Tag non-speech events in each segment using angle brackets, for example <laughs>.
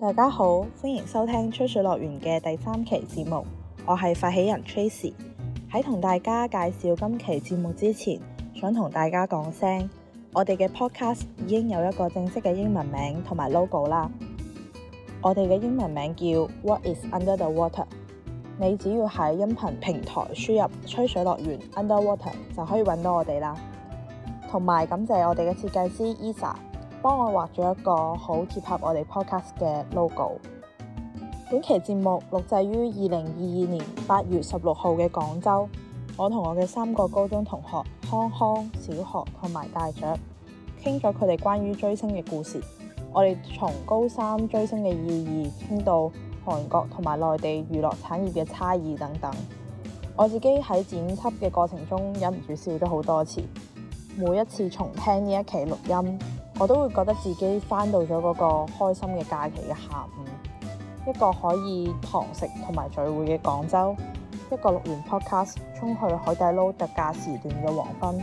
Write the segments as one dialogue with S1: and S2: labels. S1: 大家好，歡迎收聽吹水樂園嘅第三期節目，我係發起人 Tracy。喺同大家介紹今期節目之前，想同大家講聲，我哋嘅 podcast 已經有一個正式嘅英文名同埋 logo 啦。我哋嘅英文名叫 What is Under the Water。你只要喺音頻平台輸入吹水樂園 Underwater 就可以揾到我哋啦。同埋感謝我哋嘅設計師 Elsa 幫我畫咗一個好貼合我哋 podcast 嘅 logo。本期節目錄製於二零二二年八月十六號嘅廣州，我同我嘅三個高中同學康康、小學同埋大雀傾咗佢哋關於追星嘅故事。我哋從高三追星嘅意義傾到韓國同埋內地娛樂產業嘅差異等等。我自己喺剪輯嘅過程中忍唔住笑咗好多次。每一次重聽呢一期錄音，我都會覺得自己返到咗嗰個開心嘅假期嘅下午，一個可以堂食同埋聚會嘅廣州，一個錄完 podcast 衝去海底撈特價時段嘅黃昏，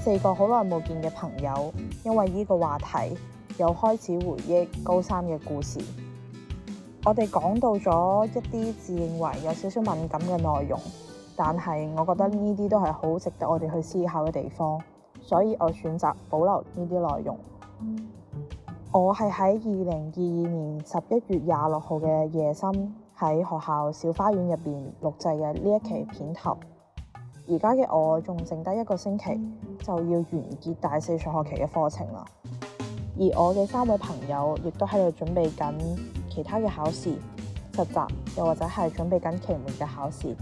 S1: 四個好耐冇見嘅朋友，因為呢個話題又開始回憶高三嘅故事。我哋講到咗一啲自認為有少少敏感嘅內容，但係我覺得呢啲都係好值得我哋去思考嘅地方，所以我選擇保留呢啲內容。我係喺二零二二年十一月廿六號嘅夜深喺學校小花園入邊錄製嘅呢一期片頭。而家嘅我仲剩低一個星期就要完結大四上學期嘅課程啦，而我嘅三位朋友亦都喺度準備緊其他嘅考試、實習，又或者係準備緊期末嘅考試。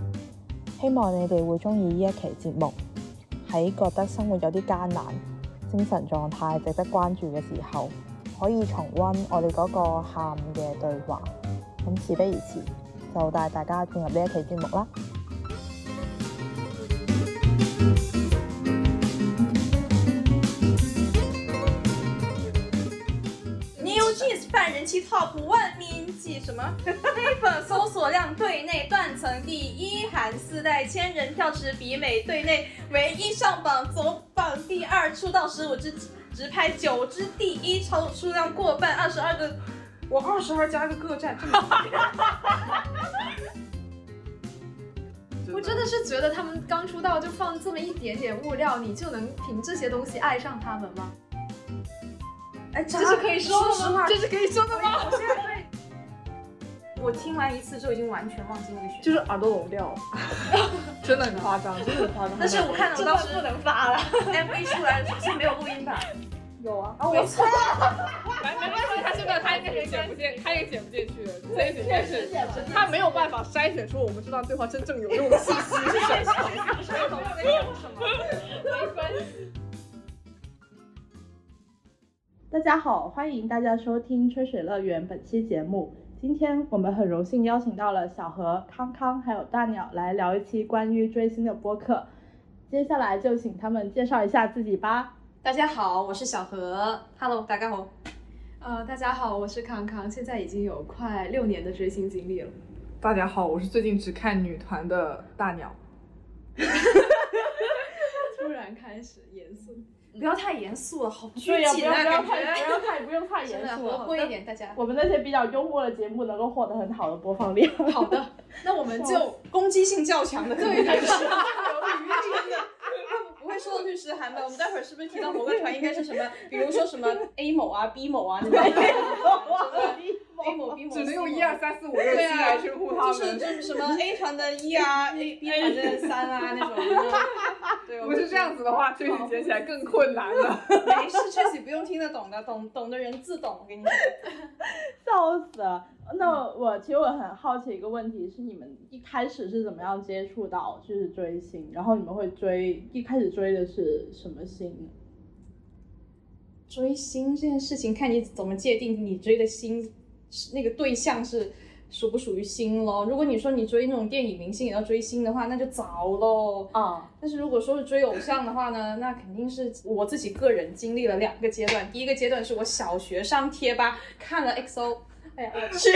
S1: 希望你哋會中意呢一期節目。喺覺得生活有啲艱難、精神狀態值得關注嘅時候，可以重溫我哋嗰個下午嘅對話。咁事不宜遲，就帶大家進入呢一期節目啦。
S2: New Jeans 泛人气 Top 万名记什么？Paper 搜索量队内断层第一，韩四代千人票值比美队内唯一上榜总榜第二，出道十五支直拍九支第一，超数量过半，二十二个。我二十二加个各站，这么
S3: 我真的是觉得他们刚出道就放这么一点点物料，你就能凭这些东西爱上他们吗？
S2: 哎，
S3: 这
S2: 这
S3: 是可以啊说
S2: 实
S3: 的吗
S2: 话？，
S3: 这是可以说的吗？
S2: 我现在对，我听完一次之后已经完全忘记那个旋律。
S4: 就是耳朵聋掉， <laughs> 真的很夸张，真的很夸张。
S2: 但是我看我当时
S3: 能发了。
S2: MV 出来的时候是没有录音版，
S4: 有啊，
S2: 啊，我错了，
S5: 完全说他这个他应该是剪不进，他也剪不进去的，这一点该是他没有办法筛选出我们这段对话真正有用的信息是什么。
S2: 没有什么。
S1: 大家好，欢迎大家收听吹水乐园本期节目。今天我们很荣幸邀请到了小何、康康还有大鸟来聊一期关于追星的播客。接下来就请他们介绍一下自己吧。
S2: 大家好，我是小何。Hello，大家好。
S3: 呃，大家好，我是康康，现在已经有快六年的追星经历了。
S4: <laughs> 大家好，我是最近只看女团的大鸟。
S3: 突然开始严肃，
S2: 不要太严肃了，好拘
S6: 对呀、
S2: 谨啊，
S6: 不要
S2: 感
S6: 不要太
S2: 觉。
S6: 不要太不用太严肃
S3: 活
S6: 了。
S3: 泼一点，大家。
S6: 我们那些比较幽默的节目能够获得很好的播放量。
S3: 好的，那我们就
S2: 攻击性较强
S4: <laughs>
S2: 的，
S3: 对
S2: 开始。真的，他不会说的律师函吧？我们待会儿是不是提到某个团应该是什么？比如说什么 A 某啊、B 某啊那
S4: <laughs>
S2: 种，A 某 B 某，啊
S4: 只能用
S2: C
S4: 一
S2: 某
S4: 二三四五六
S2: 对
S4: 七
S2: 啊
S4: 来称呼他
S2: 就是
S4: 们。
S2: 就是什么 A 团的一啊，A B 团的三 <laughs> 啊那种。对，我
S4: 不是这样子的话，这个剪起来更困难 <laughs> 了。
S2: 没事，确实不用听得懂的，懂懂的人自懂。我跟你讲，
S6: 笑死了。那我其实我很好奇一个问题是，你们一开始是怎么样接触到就是追星？然后你们会追一开始追的是什么星呢？
S2: 追星这件事情，看你怎么界定你追的星是那个对象是属不属于星咯。如果你说你追那种电影明星也要追星的话，那就早喽。
S6: 啊、
S2: 但是如果说是追偶像的话呢， <laughs> 那肯定是我自己个人经历了两个阶段。第一个阶段是我小学上贴吧看了 XO，哎呀，我去， <laughs> 我是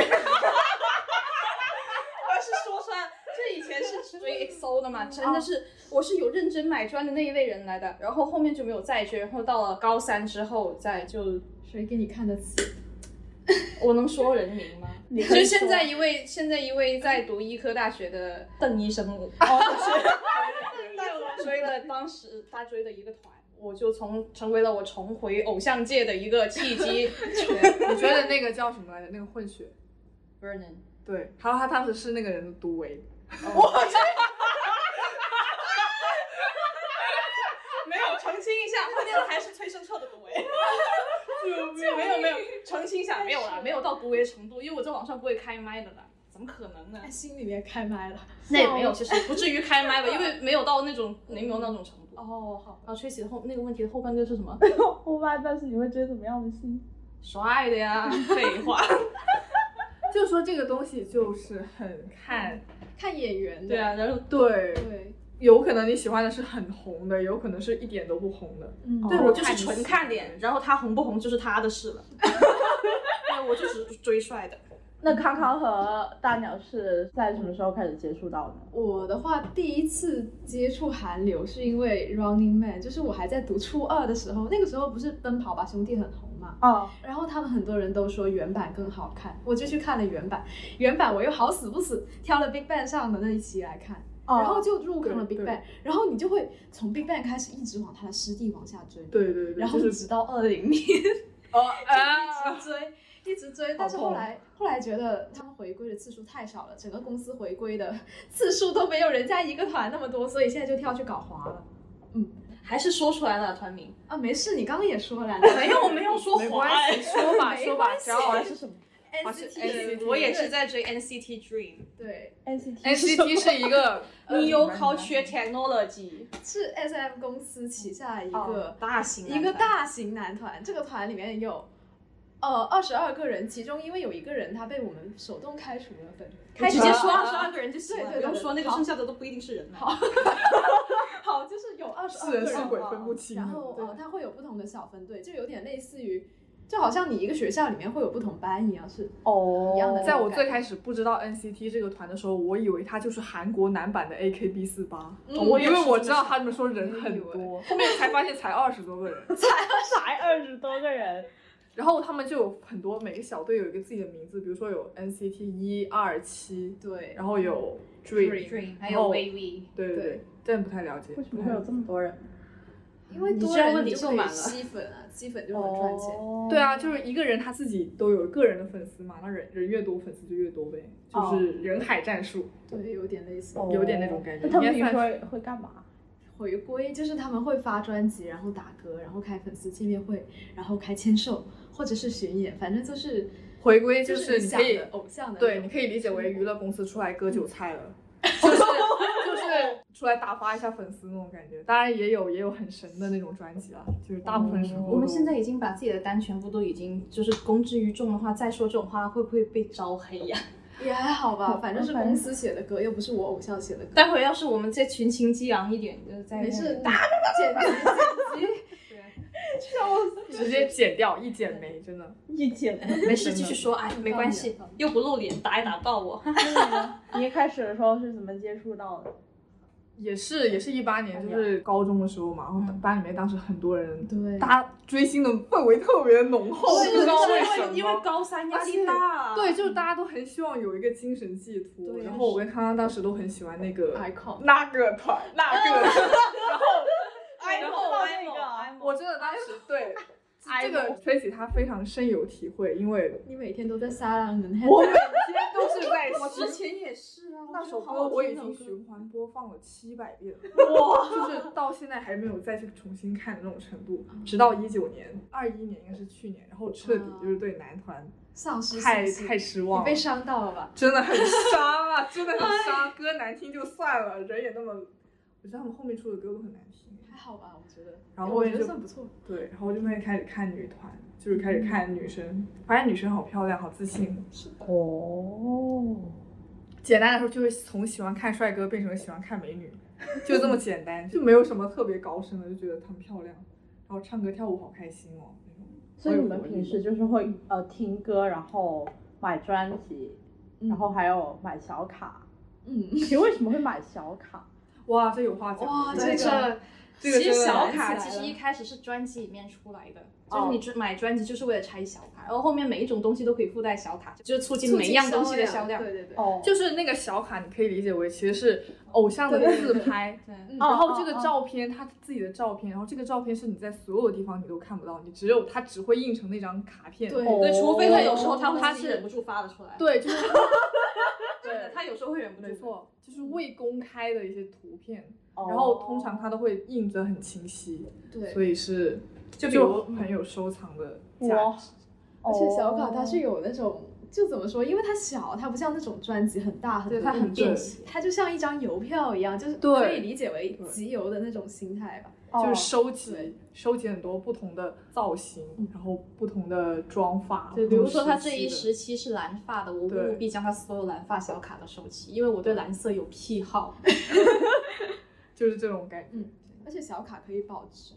S2: 说穿，这以前是追 XO 的嘛，真的是、我是有认真买专的那一类人来的，然后后面就没有再追，然后到了高三之后再就
S3: 谁给你看的词？
S7: 我能说人名吗？
S6: 你可
S2: 就
S6: 以
S2: 是
S6: 说
S2: 现在一位现在一位在读医科大学的哦邓医生，我追了当时他追的一个团，我就从成为了我重回偶像界的一个契机。
S4: 你觉得那个叫什么来着？那个混血，
S2: Vernon，
S4: 对，还有他当时是那个人的毒唯，
S2: 没有澄清一下，后面的还是催生错的毒唯。 <laughs> 就没有没有澄清一下，没有啦，没有到毒唯程度，因为我在网上不会开麦的啦，怎么可能呢？
S3: 哎心里面开麦了。
S2: 那也没有，其实不至于开麦吧，因为没有到那种没有那种程度。
S3: 哦，好，
S2: 然后崔喜的后那个问题的后半句是什么？
S6: Oh my，但是你会追怎么样的星？
S2: 帅的呀，废话。
S4: <laughs> 就说这个东西就是很看，
S3: 看眼缘的。
S2: 对，啊，然后
S4: 对，
S3: 对，
S4: 有可能你喜欢的是很红的，有可能是一点都不红的。
S3: 嗯，
S2: 对
S4: 哦
S2: 我就是
S4: 看你
S2: 纯看脸，然后他红不红就是他的 <laughs> 事了。对，我就只是追帅的。
S6: 那康康和大鸟是在什么时候开始接触到的？
S3: 我的话，第一次接触韩流是因为《Running Man》，就是我还在读初二的时候，那个时候不是《奔跑吧兄弟》很红嘛，
S6: 哦，
S3: 然后他们很多人都说原版更好看，我就去看了原版，原版我又好死不死挑了 Big Bang 上的那一期来看，
S6: 哦
S3: 然后就入坑了 Big
S4: 对对
S3: Bang，然后你就会从 Big Bang 开始一直往他的师弟往下追，
S4: 对对对，
S3: 然后
S4: 就
S3: 一
S4: 是
S3: 直到二零年。就
S4: 哦啊
S3: 一，直追，一直追，但是后来后来觉得他们回归的次数太少了，整个公司回归的次数都没有人家一个团那么多，所以现在就跳去搞华了。
S2: 还是说出来了团名，
S3: 啊，没事，你刚刚也说了，
S2: <laughs> 没有我没有说哎
S4: 没
S2: 谎，
S4: 关系， <laughs> 说吧说吧，只要
S6: 我
S3: <laughs>
S6: 是什么
S3: NCT，
S2: 对我也是在追 NCT Dream。呃
S3: 对，
S6: ？NCT 是什么
S3: <laughs>
S4: NCT 是一 <laughs> 个
S2: Neo Culture Technology
S3: 是 SM 公司旗下一个、
S2: 大型
S3: 一个大型男团，这个团里面有。呃，二十二个人，其中因为有一个人他被我们手动开除了粉，开
S2: 直
S3: 除
S2: 接
S3: 了
S2: 说二十二个人就行了，
S3: 啊对对对
S2: 不用说那个
S3: 好
S2: 剩下的都不一定是人了。
S3: 好，就是有二十二
S4: 是
S3: 个
S4: 人
S3: 人
S4: 是鬼
S3: 哦
S4: 分不清的。
S3: 然后呃，它会有不同的小分队，就有点类似于，就好像你一个学校里面会有不同班一样，是
S6: 哦，
S3: 一样的
S4: 在我最开始不知道 NCT 这个团的时候，我以为它就是韩国男版的 AKB 四八、
S3: 嗯
S4: 因为我知道他们说人很
S3: 我也
S4: 多， <laughs> 后面才发现才二十多个人，
S6: 才二十多个人，
S4: 然后他们就有很多每个小队有一个自己的名字，比如说有 NCT 一二七，
S3: 对，
S4: 然后有 Dream，
S2: Dream 还
S4: 有
S2: 有
S4: Wavy
S2: VV，
S4: 对对对，真的不太了解。
S6: 为什么会有这么多人？
S3: 因为
S2: 你
S3: 多
S2: 这样
S3: 人
S2: 问
S3: 你
S2: 题
S3: 就
S2: 就
S3: 可
S2: 满
S3: 以
S2: 了
S3: 吸粉啊，吸粉就很赚钱。
S6: 哦
S4: 对，啊，就是一个人他自己都有个人的粉丝嘛，那人人越多，粉丝就越多呗，就是人海战术，
S3: 对，有点类似。
S6: 哦
S4: 有点那种感觉。
S6: 那他们
S4: 应
S6: 平
S4: 该
S6: 时
S4: 算
S6: 会会干嘛？
S3: 回归就是他们会发专辑，然后打歌，然后开粉丝见面会，然后开签售，或者是巡演，反正就是
S4: 回归
S3: 就
S4: 就是
S3: 你
S4: 你
S3: 想
S4: 可以
S3: 的偶像的那
S4: 对，
S3: 种
S4: 你可以理解为娱乐公司出来割
S6: 嗯
S4: 韭菜
S6: <laughs>
S4: 了，就是就是出来打发一下粉丝那种感觉。当然也有也有很神的那种专辑啊，就是大部分
S6: 哦
S4: 时候都、
S2: 我们现在已经把自己的单全部都已经就是公之于众的话，再说这种话会不会被招黑呀？ <laughs>
S3: 也还好吧，
S6: 嗯
S3: 反正是
S6: 反
S3: 公
S6: 正
S3: 司写的歌，又不是我偶像写的歌。
S2: 待会儿要是我们再群情激昂一点，就是在
S3: 没事，
S2: 打
S3: 剪辑剪辑。
S4: 直接剪掉一剪没，真的。
S6: 一剪。
S2: 没事继续说，哎，没关系，又不露脸，打也打不到我。
S6: 啊 <laughs> 你一开始的时候是怎么接触到的？
S4: 也是也是一八
S6: 哎
S4: 年，就是高中的时候嘛，然
S6: 嗯
S4: 后班里面当时很多人，
S3: 对
S4: 大家追星的氛围特别浓厚，
S2: 是
S4: 不知道为
S2: 是
S4: 什么。
S2: 因为高三压
S4: 而且
S2: 力大，
S4: 对，就是大家都很希望有一个精神寄托，
S3: 对哎
S4: 然后我跟康康当时都很喜欢那个
S3: Icon
S4: 那个团，那个团，
S2: 哎呦，
S6: 哦
S2: 哎呦，哎呦
S4: 我真的当时对这个 Tracy 她非常深有体会，因为
S3: 你每天都在沙朗门
S4: 我每天都是 <laughs> 在
S2: 我之前也是啊，
S4: 那首
S2: 我觉得好
S4: 歌
S2: 好
S4: 我
S2: 听
S4: 已
S2: 那
S4: 经
S2: 首歌
S4: 循环播放了七百遍了，哇，就是到现在还没有再去重新看的那种程度，直到一九年、二一年应该是去年，然后彻底就是对男团
S3: 丧失
S4: 太
S3: 信心
S4: 太失
S3: 你
S4: 望
S3: 被
S4: 了。
S3: 伤到了吧？
S4: 真的很伤啊，真的很伤。歌难听就算了，人也那么，我觉得他们后面出的歌都很难听。
S3: 还好吧，我觉得。
S4: 然后
S3: 我
S4: 我
S3: 觉
S4: 就
S3: 得算不错。
S4: 对，然后就会开始看女团，就是开始看女生，发现女生好漂亮，好自信。
S6: 哦，
S4: 简单来说，就是从喜欢看帅哥变成喜欢看美 <laughs> 女，就这么简单，就没有什么特别高深的，就觉得她们漂亮，然后唱歌跳舞好开心哦那种。
S6: 所以你们平时就是会呃听歌，然后买专辑，然后还有买小卡。
S3: 嗯，
S6: 你为什么会买小卡？
S4: 哇，这有话讲。
S3: 哇，
S4: 对
S3: 这个
S4: 这个
S2: 其实
S4: 真的
S2: 小
S4: 难
S2: 卡
S4: 起来
S2: 其实
S4: 了
S2: 一开始是专辑里面出来的，
S6: 哦
S2: 就是你专买专辑就是为了拆小卡，然后后面每一种东西都可以附带小卡，就是促进每一样东西的销量。
S3: 对对对。
S6: 哦
S4: 就是那个小卡，你可以理解为其实是偶像的自
S2: <laughs>
S4: 拍，
S2: 对
S3: 嗯
S4: 然后
S6: 哦
S4: 这个
S6: 哦
S4: 照片他自己的照片，然后这个照片是你在所有地方你都看不到，你只有他只会印成那张卡片。
S3: 对
S2: 对，除非他有时候他
S4: 他
S2: 会自己
S4: 是
S2: 忍不住发了出来。
S4: 对，就是
S2: 对，他有时候会忍不住。
S4: 没错，就是未公开的一些图片，
S6: 哦
S4: 然后通常他都会印得很清晰，
S3: 对
S4: 所以是
S2: 就
S4: 就
S2: 比如
S4: 很有收藏的价
S6: 哇
S4: 值。，
S3: 而且小卡
S6: 哦
S3: 它是有那种，就怎么说？因为它小，它不像那种专辑很大很
S4: 对
S3: 多
S4: 它很
S3: 便
S4: 便
S3: 携，它就像一张邮票一样，就是
S4: 对
S3: 可以理解为
S4: 对
S3: 集邮的那种心态吧。
S4: 就是
S6: 哦
S4: 收集
S3: 对
S4: 收集很多不同的造型，然后不同的妆发，啊
S2: 对，
S4: 不
S2: 比
S4: 同
S2: 如说他
S4: 时
S2: 这
S4: 期
S2: 一
S4: 的
S2: 时期是蓝发的，我
S4: 对
S2: 务必将他所有蓝发小卡都收齐，因为我对蓝色有癖好。
S4: 就是这种感觉。
S3: 而且小卡可以保值，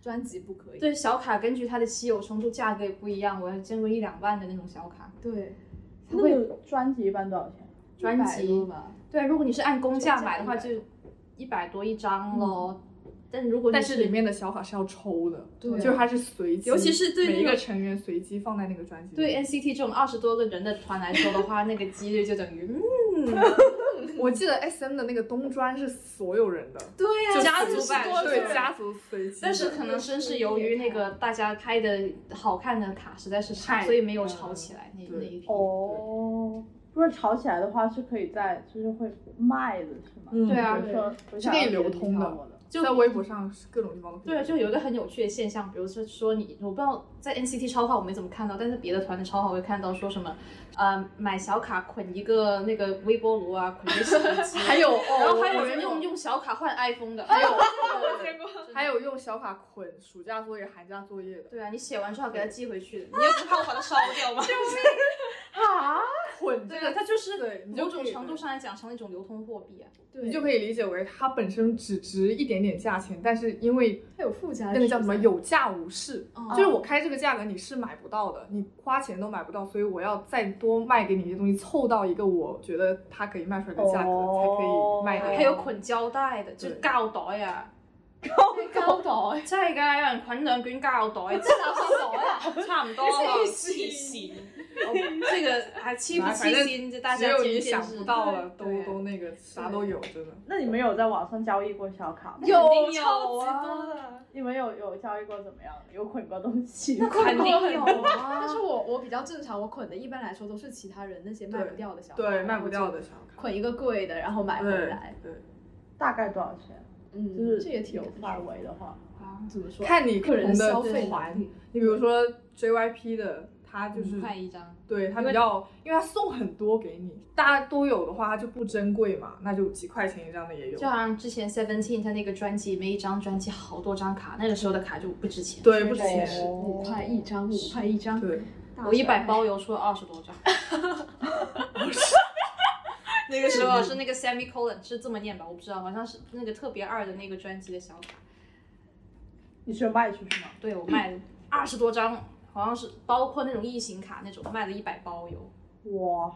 S3: 专辑不可以。
S2: 对小卡，根据它的稀有程度，价格也不一样。我还见过一两万的那种小卡
S3: 对，
S6: 那个专辑一般多少钱？
S2: 专
S3: 100多
S2: 辑。
S3: 吧，
S2: 对，如果你是按工价买的话，
S3: 就
S2: 就一百多一张喽。但如果你
S4: 嗯但是里面的小卡是要抽的，
S3: 对
S4: 就是它是随机，
S2: 尤其是对那
S4: 每一
S2: 种
S4: 个成员随机放在那个专辑里。
S2: 对 NCT 这种二十多个人的团来说的话，那个几率就等于嗯
S4: <laughs> 我记得 SM 的那个东专是所有人的，
S2: 对
S4: 就
S2: 家
S4: 四
S2: 族
S4: 十多
S2: 版
S4: 对家族随机的，
S2: 但是可能真是由于那个大家开的好看的卡实在是差，
S4: 太嗯
S2: 所以没有炒起来那
S4: 对
S2: 那一批。
S6: 哦，如果炒起来的话，是可以在就是会卖的是吗？
S4: 嗯
S2: 对啊
S6: 比如说我
S4: 是
S6: 想
S4: 可以
S6: 要别
S4: 流
S6: 人
S4: 通的
S6: 挑我的。
S2: 就
S4: 在微博上是各种地方都可以
S2: 对，就有一个很有趣的现象，比如说说你，我不知道在 NCT 超话我没怎么看到，但是别的团的超话我会看到说什么，呃，买小卡捆一个那个微波炉啊，捆一个洗衣机，
S4: <laughs> 还有哦，
S2: 然后还有
S4: 我
S2: 人
S4: 见过
S2: 用用小卡换 iPhone
S4: <laughs>
S2: 的，还有
S4: 还有用小卡捆暑假作业、寒假作业的，
S2: 对啊，你写完之后给他寄回去的，你也不怕我把它
S4: <laughs>
S2: 烧掉吗？
S4: 捆
S2: 对啊，它就是
S4: 对你就
S2: 某种
S4: 可以
S2: 程度上来讲成一种流通货币啊。
S3: 对，
S4: 你就可以理解为它本身只值一点点价钱，但是因为
S3: 它有附
S2: 呃
S3: 加
S4: 那个叫什么
S3: 值
S4: 有价无市，
S3: 哦
S4: 就是我开这个价格你是买不到的，你花钱都买不到，所以我要再多卖给你一些东西，凑到一个我觉得它可以卖出来的价格才可以卖给你。
S2: 还有捆胶带的，就
S4: 对
S2: 胶袋啊，
S3: 对高岛哎，
S2: 真係㗎，有人捆兩卷膠袋，黐手 <laughs> 袋啊，差唔多啦，黐線，我這個係黐不黐線，就大
S4: 只
S2: 家
S4: 有
S2: 見
S4: 你
S2: 仁見
S4: 想
S2: 智
S4: 不到了，都
S2: 對啊
S4: 都那个啥都有，真的。
S6: 那你们有在网上交易过小卡吗？
S2: 肯定有啊，
S6: 你们有有交易过怎么样？有捆过东西？吗？
S2: 肯
S4: <laughs>
S2: 定有啊，
S3: 但是我我比较正常，我捆的一般来说都是其他人那些卖不掉的小卡，
S4: 对，卖不掉，的小卡。
S3: 捆一个贵的，然后买回
S4: 对
S3: 来，
S4: 对，
S6: 大概多少钱？就
S3: 嗯，
S6: 是
S3: 这也挺
S6: 有
S3: 有
S6: 范围的话，
S3: 怎么说？
S4: 看你不
S3: 个人
S4: 同
S3: 消
S4: 的嗯
S3: 费
S4: 团
S3: 能，力，
S4: 你比如说 JYP 的，它就是
S2: 五块嗯一张，
S4: 对它
S2: 因为
S4: 比较，因为它送很多给你，大家都有的话，它就不珍贵嘛，那就几块钱一张的也有
S2: 就。好像之前 Seventeen 他那个专辑，每一张专辑好多张卡，那个时候的卡就不值钱，
S4: 对，不值钱。
S3: 五块一张，五块一张，
S4: 对，
S2: 我一百包邮出了二十 <laughs> 多张。 <laughs> 那个时候是那个 semicolon 是这么念吧？我不知道，好像是那个特别二的那个专辑的小卡。
S6: 你是卖出去吗？
S2: 对我卖了二十多张，好像是包括那种异形卡那种，卖了一百包邮。
S6: 哇，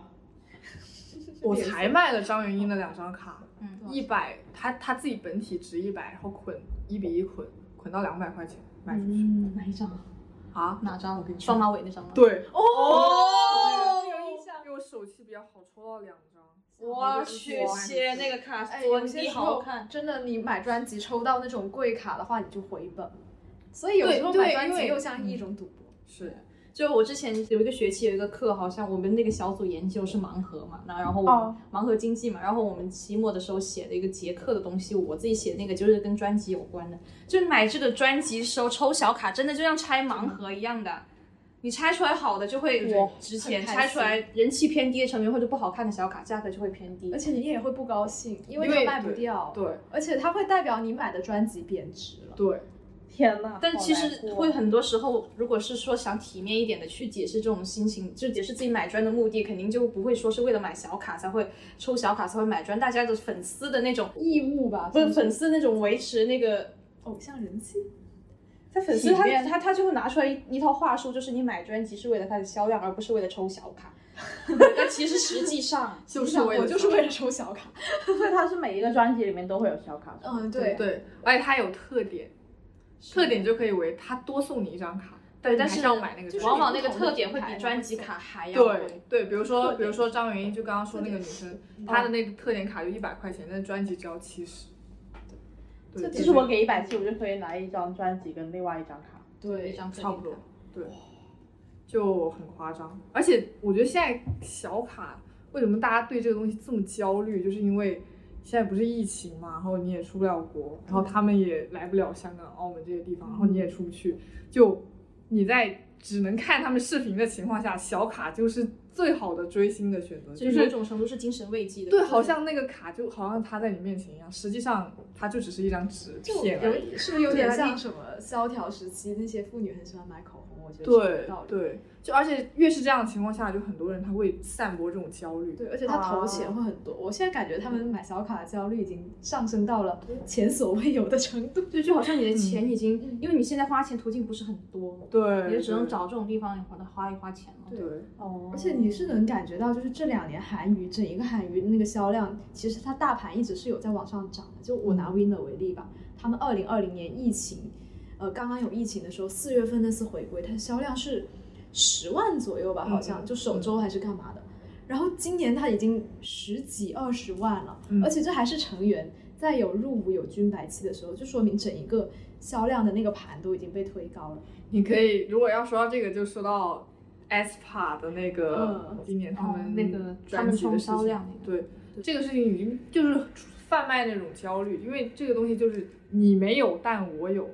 S4: 我才卖了张元英的两张卡，
S2: 嗯，
S4: 一百，他他自己本体值一百，然后捆一比一捆，捆到两百块钱卖出
S3: 嗯
S4: 去、
S2: 哪一张啊？
S4: 啊。
S2: 哪张？我跟你说，双马尾那张吗？
S4: 对，
S2: 哦
S4: 因为我手气比较好，抽到两张。
S2: 我去，写那个卡
S3: 哎，
S2: 多
S3: 有些
S2: 低
S3: 时
S2: 好
S3: 候
S2: 看。
S3: 真的，你买专辑抽到那种贵卡的话，你就回本。所以有时候
S4: 对
S3: 买
S4: 对
S3: 专
S4: 因
S3: 辑
S4: 为
S3: 又像一种赌博。
S4: 是，
S2: 就我之前有一个学期有一个课，好像我们那个小组研究是盲盒嘛，那然后我
S6: 哦
S2: 们盲盒经济嘛，然后我们期末的时候写的一个捷克的东西，我自己写那个就是跟专辑有关的，就买这个专辑时候抽小卡，真的就像拆盲盒一样的。你拆出来好的就会值钱，
S3: 很开心
S2: 拆出来人气偏低的成员或者不好看的小卡价格就会偏低
S3: 而。且你也会不高兴，因为
S4: 因
S3: 它
S4: 为
S3: 卖不掉，
S4: 对
S3: 而且它会代表你买的专辑贬值了。
S4: 对，
S6: 天呐！
S2: 但其
S6: 好难
S2: 实
S6: 过 <laughs>
S2: 会很多时候，如果是说想体面一点的去解释这种心情，就解释自己买砖的目的，肯定就不会说是为了买小卡才会抽小卡才会买砖，大家的粉丝的那种
S3: 义务吧，
S2: 不是
S3: 算
S2: 粉丝那种维持那个。
S3: 偶像人气，
S2: 他粉丝他
S6: 体
S2: <laughs>
S6: 面
S2: 他他就会拿出来一一套话术，就是你买专辑是为了它的销量，而不是为了抽小卡。
S8: 但其实实际
S2: <laughs>
S8: 上
S4: 就是为了
S3: 我就是 <laughs> 为了抽小卡。
S6: 所以它是每一个专辑里面都会有小卡。
S3: 嗯，对，
S4: 对对，而且它有特点，特点就可以为它多送你一张卡，
S2: 对，但
S4: 你还
S2: 是
S4: 要买那个
S3: 就是
S4: 专
S2: 往
S4: 辑
S2: 往那个特点会比专辑卡还要贵。
S4: 对对，比如说比如说张元英就刚刚说那个女生，她的那个特点卡就一百块钱，但专辑只要七十。对，
S3: 这
S4: 对
S6: 就
S3: 其
S6: 是
S3: 实
S6: 我给一百七，我就可以拿一张专辑跟另外一张卡。
S3: 对
S2: 一张特
S4: 差
S2: 点
S4: 不多
S2: 卡，
S4: 对，就很夸张。而且我觉得现在小卡为什么大家对这个东西这么焦虑，就是因为现在不是疫情嘛，然后你也出不了国，然后他们也来不了香港、澳门这些地方，然后你也出不去，就你在只能看他们视频的情况下，小卡就是最好的追星的选择，就
S2: 就是某
S4: 是。
S2: 种程度是精神慰藉的。
S4: 对，好像那个卡就好像他在你面前一样，实际上它就只是一张纸
S3: 就
S4: 片而已。
S3: 有是不是有点
S4: 对啊
S3: 像什么萧条时期那些妇女很喜欢买口红？我觉得是有
S4: 对
S3: 道理。
S4: 对，就而且越是这样的情况下，就很多人他会散播这种焦虑。
S3: 对，而且他投
S6: 啊
S3: 钱会很多。我现在感觉他们买小卡的焦虑已经上升到了前所未有的程度。
S2: 对，就好像你的钱已经，因为你现在花钱途径不是很多，
S4: 对，
S2: 你就只能
S4: 对。
S2: 找这种地方花花一花钱了。
S4: 对，
S6: 哦
S3: 而且你是能感觉到，就是这两年韩娱整一个韩娱那个销量，其实它大盘一直是有在往上涨的。就我
S4: 嗯
S3: 拿 Winner 为例吧，他们二零二零年疫情，呃，刚刚有疫情的时候，四月份那次回归，它的销量是十万左右吧，好像、
S4: 嗯
S3: 就首周还是干嘛的。然后今年它已经十几二十万了，
S4: 嗯
S3: 而且这还是成员在有入伍有军白期的时候，就说明整一个销量的那个盘都已经被推高了。
S4: 你可以如果要说到这个，就说到 aespa 的那个
S3: 嗯
S4: 今年他
S2: 哦
S4: 们
S2: 那个他
S4: 专
S2: 们
S4: 辑的
S2: 冲
S4: 事情
S2: 销量那个
S4: 对这个事情已经就是贩卖那种焦虑，因为这个东西就是你没有但我有。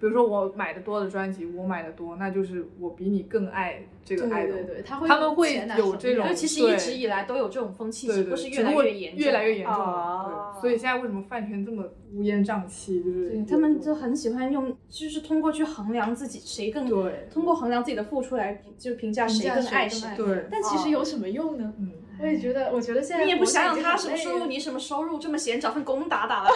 S4: 比如说我买的多的专辑，我买的多，那就是我比你更爱这
S3: 对
S4: 个爱豆。
S3: 对对，他会
S4: 他们会
S3: 钱拿
S4: 有
S3: 手
S4: 这种
S2: 就其实一直以来都有这种风气，只不过是越来
S4: 越
S2: 严重。哦
S4: 越来越严重
S6: 啊
S4: 了。对，所以现在为什么饭圈这么乌烟瘴气？就是
S2: 对，他们就很喜欢用，就是通过去衡量自己谁更，
S4: 对
S2: 通过衡量自己的付出来评就评价
S3: 评
S2: 谁
S3: 价
S2: 更
S3: 谁
S2: 爱
S3: 更
S2: 谁
S3: 爱。
S4: 对，
S3: 但其实有什么用呢？
S4: 嗯，
S3: 我也觉得，我觉得现在
S2: 你也不想想他
S3: 活
S2: 什
S3: 着已经很累了
S2: 么收入，你什么收入，这么闲找份工打打了。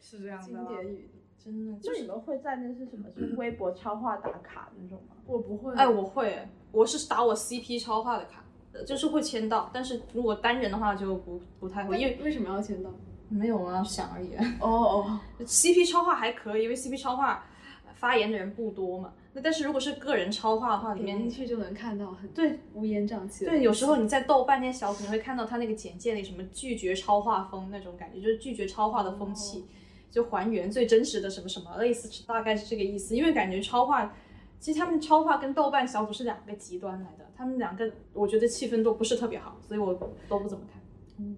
S4: 是这样的
S3: 经
S4: 啦。
S3: 典语。
S2: <laughs> 真的就
S6: 就是你们会在那是什么？是微博超话打卡那种吗？
S3: 我不会，
S2: 哎，我会，我是打我 CP 超话的卡，呃就是会签到，但是如果单人的话就不不太会，因为
S3: 为为什么要签到？
S2: 没有啊，想而已。
S3: 哦哦，
S2: CP 超话还可以，因为 CP 超话呃发言的人不多嘛。那但是如果是个人超话的话，里
S3: 点进
S2: 面
S3: 去就能看到很
S2: 哦对
S3: 乌烟瘴气的东西。
S2: 对，有时候你在豆瓣那些小品会看到他那个简介里什么拒绝超话风那种感觉，就是拒绝超话的风
S6: 哦
S2: 气，就还原最真实的什么什么，类似大概是这个意思。因为感觉超话，其实他们超话跟豆瓣小组是两个极端来的，他们两个我觉得气氛都不是特别好，所以我都不怎么看。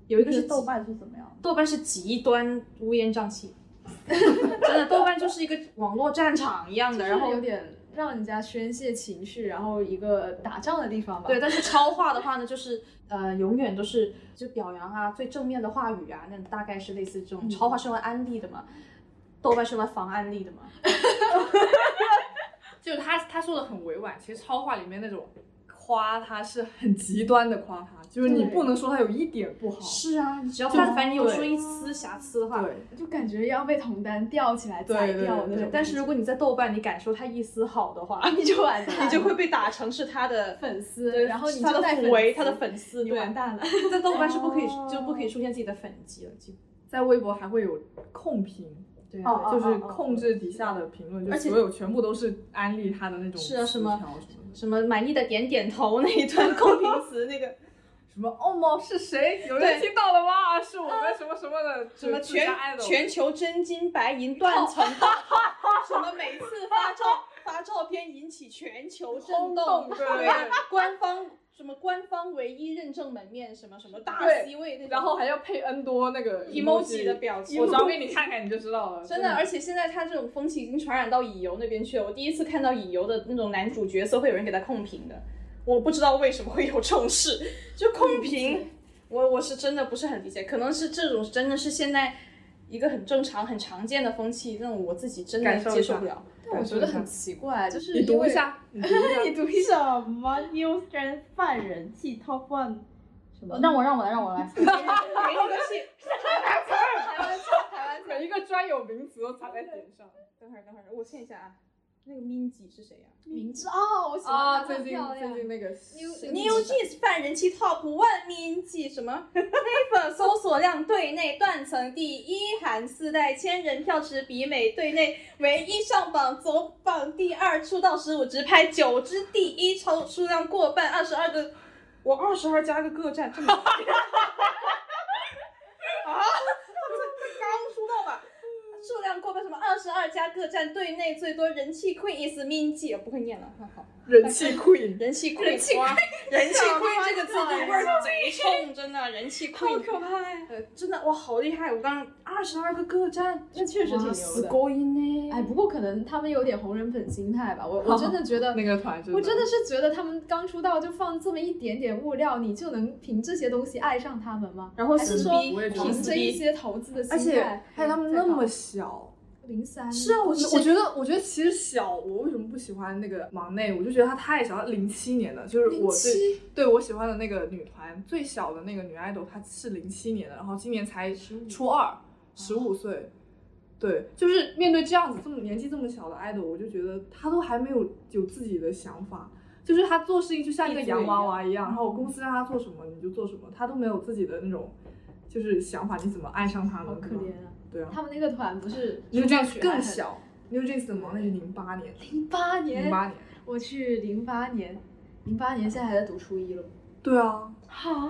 S2: 有一个是
S6: 豆瓣嗯是怎么样？
S2: 豆瓣是极端乌烟瘴气， <laughs> 真的，豆瓣就是一个网络战场一样
S3: 就
S2: 的，
S3: 是
S2: 然后
S3: 有点让人家宣泄情绪，然后一个打仗的地方吧。
S2: 对，，但是超话的话呢，就是呃，永远都是就表扬啊，最正面的话语啊，那大概是类似
S3: 嗯
S2: 这种。超话是用来安利的嘛，豆瓣是用来防安利的嘛。
S4: 就是他他说的很委婉，其实超话里面那种夸他是很极端的夸他，就是你
S3: 对
S4: 不能说他有一点不好。
S2: 是啊，你只要
S4: 就
S2: 但凡你有
S4: 对
S2: 说一丝瑕疵的话，
S4: 对，
S3: 就感觉要被同担吊起来宰
S4: 对对
S3: 掉的那
S2: 对
S3: 种。
S2: 但是如果你在豆瓣你敢说他一丝好的话， <laughs>
S3: 你就完蛋了，
S2: 你就会被打成是他的
S3: 粉丝，
S2: 对
S3: 然后你
S2: 他
S3: 就
S2: 的
S3: 在
S2: 腐为他的粉丝，
S3: 你
S2: 对
S3: 完，
S2: <laughs>
S3: 蛋了。哦
S2: 在豆瓣是不可以就不可以出现自己的粉籍了，就
S4: 在微博还会有控评，
S2: 对
S6: 哦哦
S4: 就是控制底下的评论，就
S2: 而且
S4: 所有全部都是安利他的那种
S2: 是啊
S4: 词
S2: 什么
S4: 条什么的
S2: 什么满意的点点头那一段公屏词那个。
S4: 什么哦某是谁？有
S2: 对
S4: 人听到了吗？啊是我们什么什么的，
S2: 什么
S4: <laughs> 就是自
S2: 全
S4: 杀爱豆
S2: 全球真金白银断层大化，什么每次发照
S4: <laughs>
S2: 发照片引起全球震
S4: 轰动，对对对。
S2: 官方什么官方唯一认证门面什么什么大
S4: 对
S2: C 位那种，
S4: 然后还要配 N 多那个
S2: emoji 的表情
S4: 我找给你看看你就知道了。
S2: 真的，而且现在他这种风气已经传染到乙游那边去了。我第一次看到乙游的那种男主角色会有人给他控评的，我不知道为什么会有这种事， <laughs> 就控
S4: 嗯
S2: 评，我我是真的不是很理解，可能是这种真的是现在一个很正常、很常见的风气，那种我自己真的
S4: 感受一下
S2: 接受不了。
S3: 但我觉得很奇怪，就是
S4: 哎你
S3: 因
S4: 读
S3: 为 <laughs>
S4: 一下，你读一下。
S6: 你读什么 New Trend 犯人气 Top One？什么？
S8: 让我让我让我来，
S2: 给你个戏， <laughs>
S4: 每一个专有名词都踩在点上。
S2: 等会儿等会儿，我看一下啊。
S9: 那个 Minji 是
S2: 啊
S9: 谁呀、
S3: 明知哦，我喜欢
S4: 啊，
S3: 她
S4: 最
S3: 她
S4: 近
S3: 漂
S4: 最
S3: 亮
S4: 近那个
S10: New Jeans 泛人气 Top One 名记什么 <laughs> ？Paper 搜索量对内断层第一，韩四代千人票池比美对内唯一上榜，总榜第二，出道十五直拍九支第一，超数量过半，二十二个
S9: 我二十二加个各站，
S10: <laughs>
S9: 这么啊？
S10: 刚出道吧。数量过半，什么二十二家各站队内最多人气 Queen is Minji，不会念了，好好
S4: 人气 queen，
S10: 人气 Queen，人气
S2: 人气
S10: 贵
S2: 这个字的味儿贼冲，真的人气贵。
S9: 好可怕呀！呃，真的，哇，好厉害！我刚二十二个各站，
S3: 那确实挺牛
S9: す
S3: 的。
S9: ごいね。
S3: 哎，不过可能他们有点红人粉心态吧。我我真的觉得
S4: <laughs> 那个团真的，
S3: 我真的是觉得他们刚出道就放这么一点点物料，你就能凭这些东西爱上他们吗？
S9: 然后
S3: 还是
S9: 撕
S3: 说
S9: 逼
S4: 我也觉得
S3: 凭着一些投资的
S4: 而
S3: 心
S4: 且
S3: 态，
S4: 还有他们那么小，
S3: 零三
S4: 是啊，我我觉得，我觉得其实小，我为什么不喜欢那个忙内？我就觉得她太小，她零七年的，就是我最对我喜欢的那个女团最小的那个女 idol，她是零七年的，然后今年才初
S3: 哦
S4: 二，十五岁。对，就是面对这样子这么年纪这么小的 idol，我就觉得她都还没有有自己的想法，就是她做事情就像一个洋
S3: 啊
S4: 娃娃一样，然后公司让她做什么你就做什么，她都没有自己的那种就是想法，你怎么爱上她
S3: 好
S4: 呢？
S3: 可
S4: 对吧
S3: 怜啊。
S4: 对啊，
S3: 他们那个团不是
S4: New
S3: 上
S4: Jeans
S3: 去
S4: 嗯更，小，New Jeans 的萌那是零八年，
S3: 零八
S4: 零
S3: 年，
S4: 八年。
S3: 我去零八年，零八年现在还在读初一了，
S4: 对啊，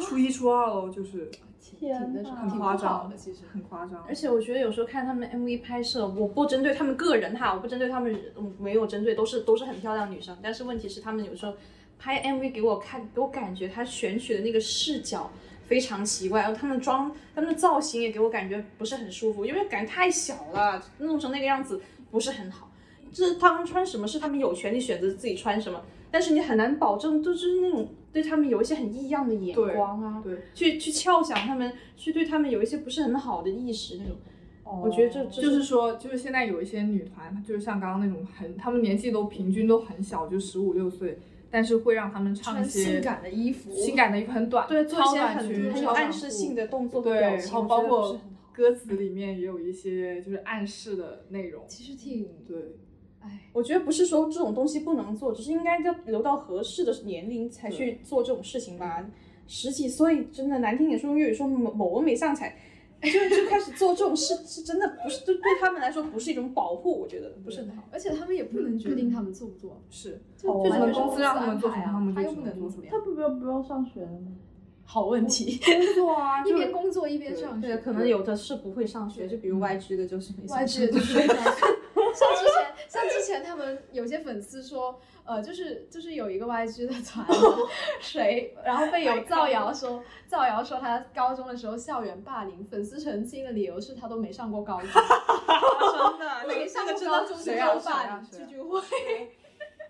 S4: 初一初二喽，就是
S3: 挺
S6: 天
S3: 挺的
S6: 哪
S3: 挺
S4: 很
S3: 不好
S4: 夸张
S3: 的，其实。
S4: 很夸张
S2: 而。且我觉得有时候看他们 MV 拍摄，我不针对他们个人哈，我不针对他们，嗯没有针对，都是都是很漂亮的女生。但是问题是，他们有时候拍 MV 给我看，给我感觉他选取的那个视角非常奇怪，然后他们妆、他们的造型也给我感觉不是很舒服，因为感觉太小了，弄成那个样子不是很好。这他们穿什么是他们有权利选择自己穿什么，但是你很难保证，就是那种对他们有一些很异样的眼
S4: 对
S2: 光啊，
S4: 对
S2: 去去敲响他们，去对他们有一些不是很好的意识那种。我觉得这这
S4: 就是说，就是现在有一些女团，就是像刚刚那种很，她们年纪都平均都很小，就十五六岁，但是会让她们唱一
S3: 穿
S4: 些
S3: 性感的衣服，
S4: 性感的衣服，很短，
S2: 对做一
S4: 超
S2: 些
S4: 短
S2: 很
S4: 裙，
S2: 很有
S4: 超短
S2: 暗示
S4: 裤
S2: 性的动作和
S4: 对，
S2: 表情，我
S4: 然后
S2: 觉
S4: 包
S2: 得不是
S4: 括
S2: 很好
S4: 歌词里面也有一些就是暗示的内容。
S3: 其实挺，
S4: 对，
S3: 哎，
S2: 我觉得不是说这种东西不能做，只是应该要留到合适的年龄才
S4: 对
S2: 去做这种事情吧。十几岁真的难听点说用粤语说某某文没上才， <laughs> 就就开始做这种事，是真的不是对对他们来说不是一种保护，我觉得不是很好。
S3: 而且他们也不能决定他们做不做，
S2: <laughs>
S4: 是，
S3: 就
S4: 哦
S3: 就
S4: 就只
S3: 只
S4: 能
S3: 能
S4: 公司让他们做什
S3: 安
S4: 么，
S3: 排啊他
S4: 他们就
S3: 又
S4: 只
S3: 不
S4: 能
S3: 能
S4: 做
S3: 怎
S4: 什
S3: 么。
S4: 么 <laughs>
S3: 样
S6: 他不不用不用上学了吗？
S3: 好问题，
S4: 工作啊，
S3: 一
S4: 就
S3: 边工作一边上学，
S2: 对，可能有的是不会上学，就比如 YG 嗯的就是没
S3: 外
S2: 上 <laughs>
S3: 界
S2: 学。
S3: 就是像之前，像之前他们有些粉丝说，呃，就是就是有一个 YG 的团，谁，然后被有造谣说，造谣说他高中的时候校园霸凌，粉丝澄清的理由是他都没上过高中，
S10: 真
S4: 啊
S10: 的，
S3: 没上过
S10: 真
S3: 高
S10: 的
S3: 中就
S4: 谁
S3: 都
S4: 啊
S3: 霸
S4: 谁啊
S3: 凌，
S4: 谁
S3: 这
S4: 啊
S3: 句话，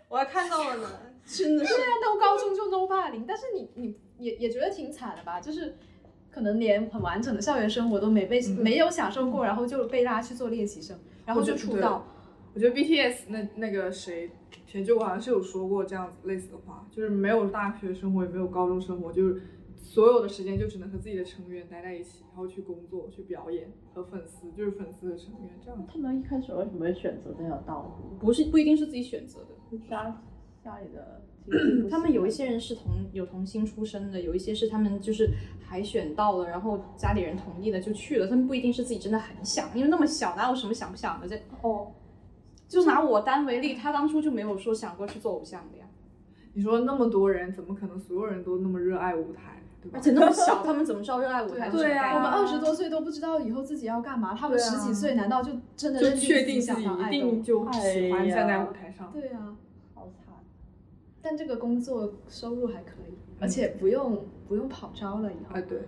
S10: 我还看到了
S4: <laughs>
S10: 呢，真的是
S3: 虽然都高中就都霸凌，但是你你也也觉得挺惨的吧，就是。可能连很完整的校园生活都没被、没有享受过，然后就被拉去做练习生，然后
S4: 我觉
S3: 就
S4: 得
S3: 出
S4: 对
S3: 道。
S4: 我觉得 BTS 那那个谁田馥甄好像是有说过这样子类似的话，就是没有大学生活，也没有高中生活，就是所有的时间就只能和自己的成员待在一起，然后去工作、去表演和粉丝，就是粉丝的成员这样子。
S6: 他们一开始为什么会选择这条道路？
S2: 不是不一定是自己选择的，
S6: 是家家里的经济不行
S2: 他们有一些人是同有童星出身的，有一些是他们就是海选到了，然后家里人同意了就去了，他们不一定是自己真的很想，因为那么小哪有什么想不想的这
S6: 哦，
S2: 就拿我丹为例，他当初就没有说想过去做偶像的呀，
S4: 你说那么多人，怎么可能所有人都那么热爱舞台，对吧
S2: 而？且那么小，他们怎么知道热爱舞台是什么
S4: 对啊
S2: 概
S3: 我们
S2: 念？
S3: 二十多岁都不知道以后自己要干嘛，哎他们
S4: 对啊
S3: 十几岁难道就真的
S4: 就
S3: 认
S4: 确定
S3: 定
S4: 自
S3: 想
S4: 己
S3: 当
S4: 一
S3: 爱
S4: 定
S3: 豆？
S4: 就喜欢站在
S6: 哎呀
S4: 舞台上。
S3: 对啊，
S6: 好惨。
S3: 但这个工作收入还可以，而且不用不用跑招了以
S4: 啊，
S3: 后。
S4: 对，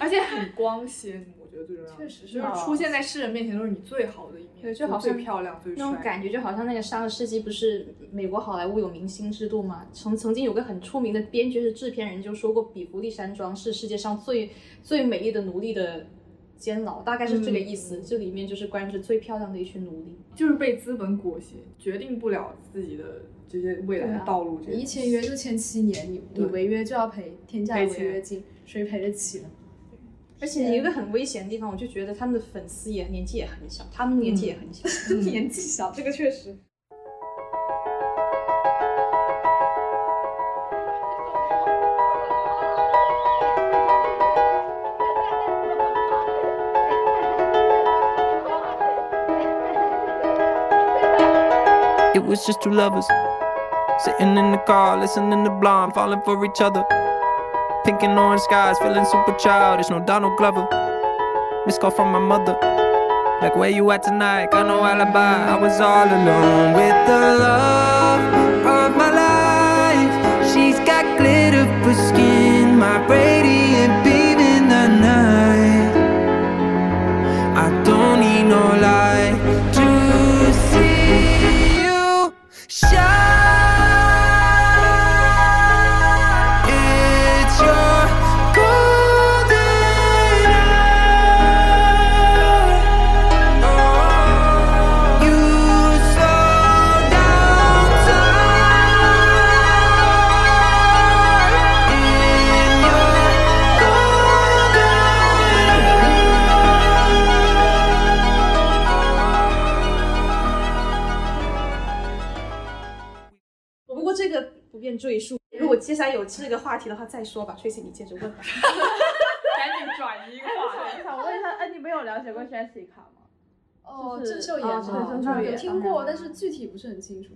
S4: 而且很光鲜，我觉得最重要的。
S3: 确实
S4: 就是是出现在世人面前都是你最好的一面，
S2: 对就好像
S4: 最漂亮、最
S2: 那种
S4: 帅。
S2: 感觉就好像那个上个世纪不是美国好莱坞有明星制度嘛？曾曾经有个很出名的编剧是制片人就说过，比弗利山庄是世界上最最美丽的奴隶的监牢，大概是这个意思。这里面就是关于是最漂亮的一群奴隶。
S4: 就是被资本裹挟，决定不了自己的这些未来的道路。这
S3: 你啊一
S4: 些
S3: 签约就签七年，你你
S4: 对
S3: 违约就要赔天价
S4: 赔
S3: 违
S4: 钱
S3: 约金，谁赔得起 <laughs> 呢？
S2: 而且有一个很危险的地方，我就觉 <laughs> 得他们的粉丝也年纪也很小，他们年纪也很小。
S3: 年纪小，这个确实。
S11: It was just two lovers sitting in the car, listening to Blonde, falling for each other. Pink and orange skies, feeling super childish. No Donald Glover. Missed call from my mother. Like where you at tonight? Got no alibi. I was all alone with the love of my life. She's got glitter for skin, my radiant beam in the night. I don't need no light to see you shine. It's your golden hour. You so down to earth in your
S12: 不过这个不便赘述，如果接下来有这个话题的话再说吧。崔姐，你接着问吧。
S13: 赶紧转
S3: 哎
S13: 移话题。
S6: 想问一下，哎，你们有了解过 Jessica 吗？
S3: 哦，
S6: 就是
S3: 郑秀妍嗯
S6: 啊
S3: 是
S6: 对
S3: 吧？
S6: 郑秀
S3: 有
S6: 妍
S3: 听过，但是具体不是很清楚。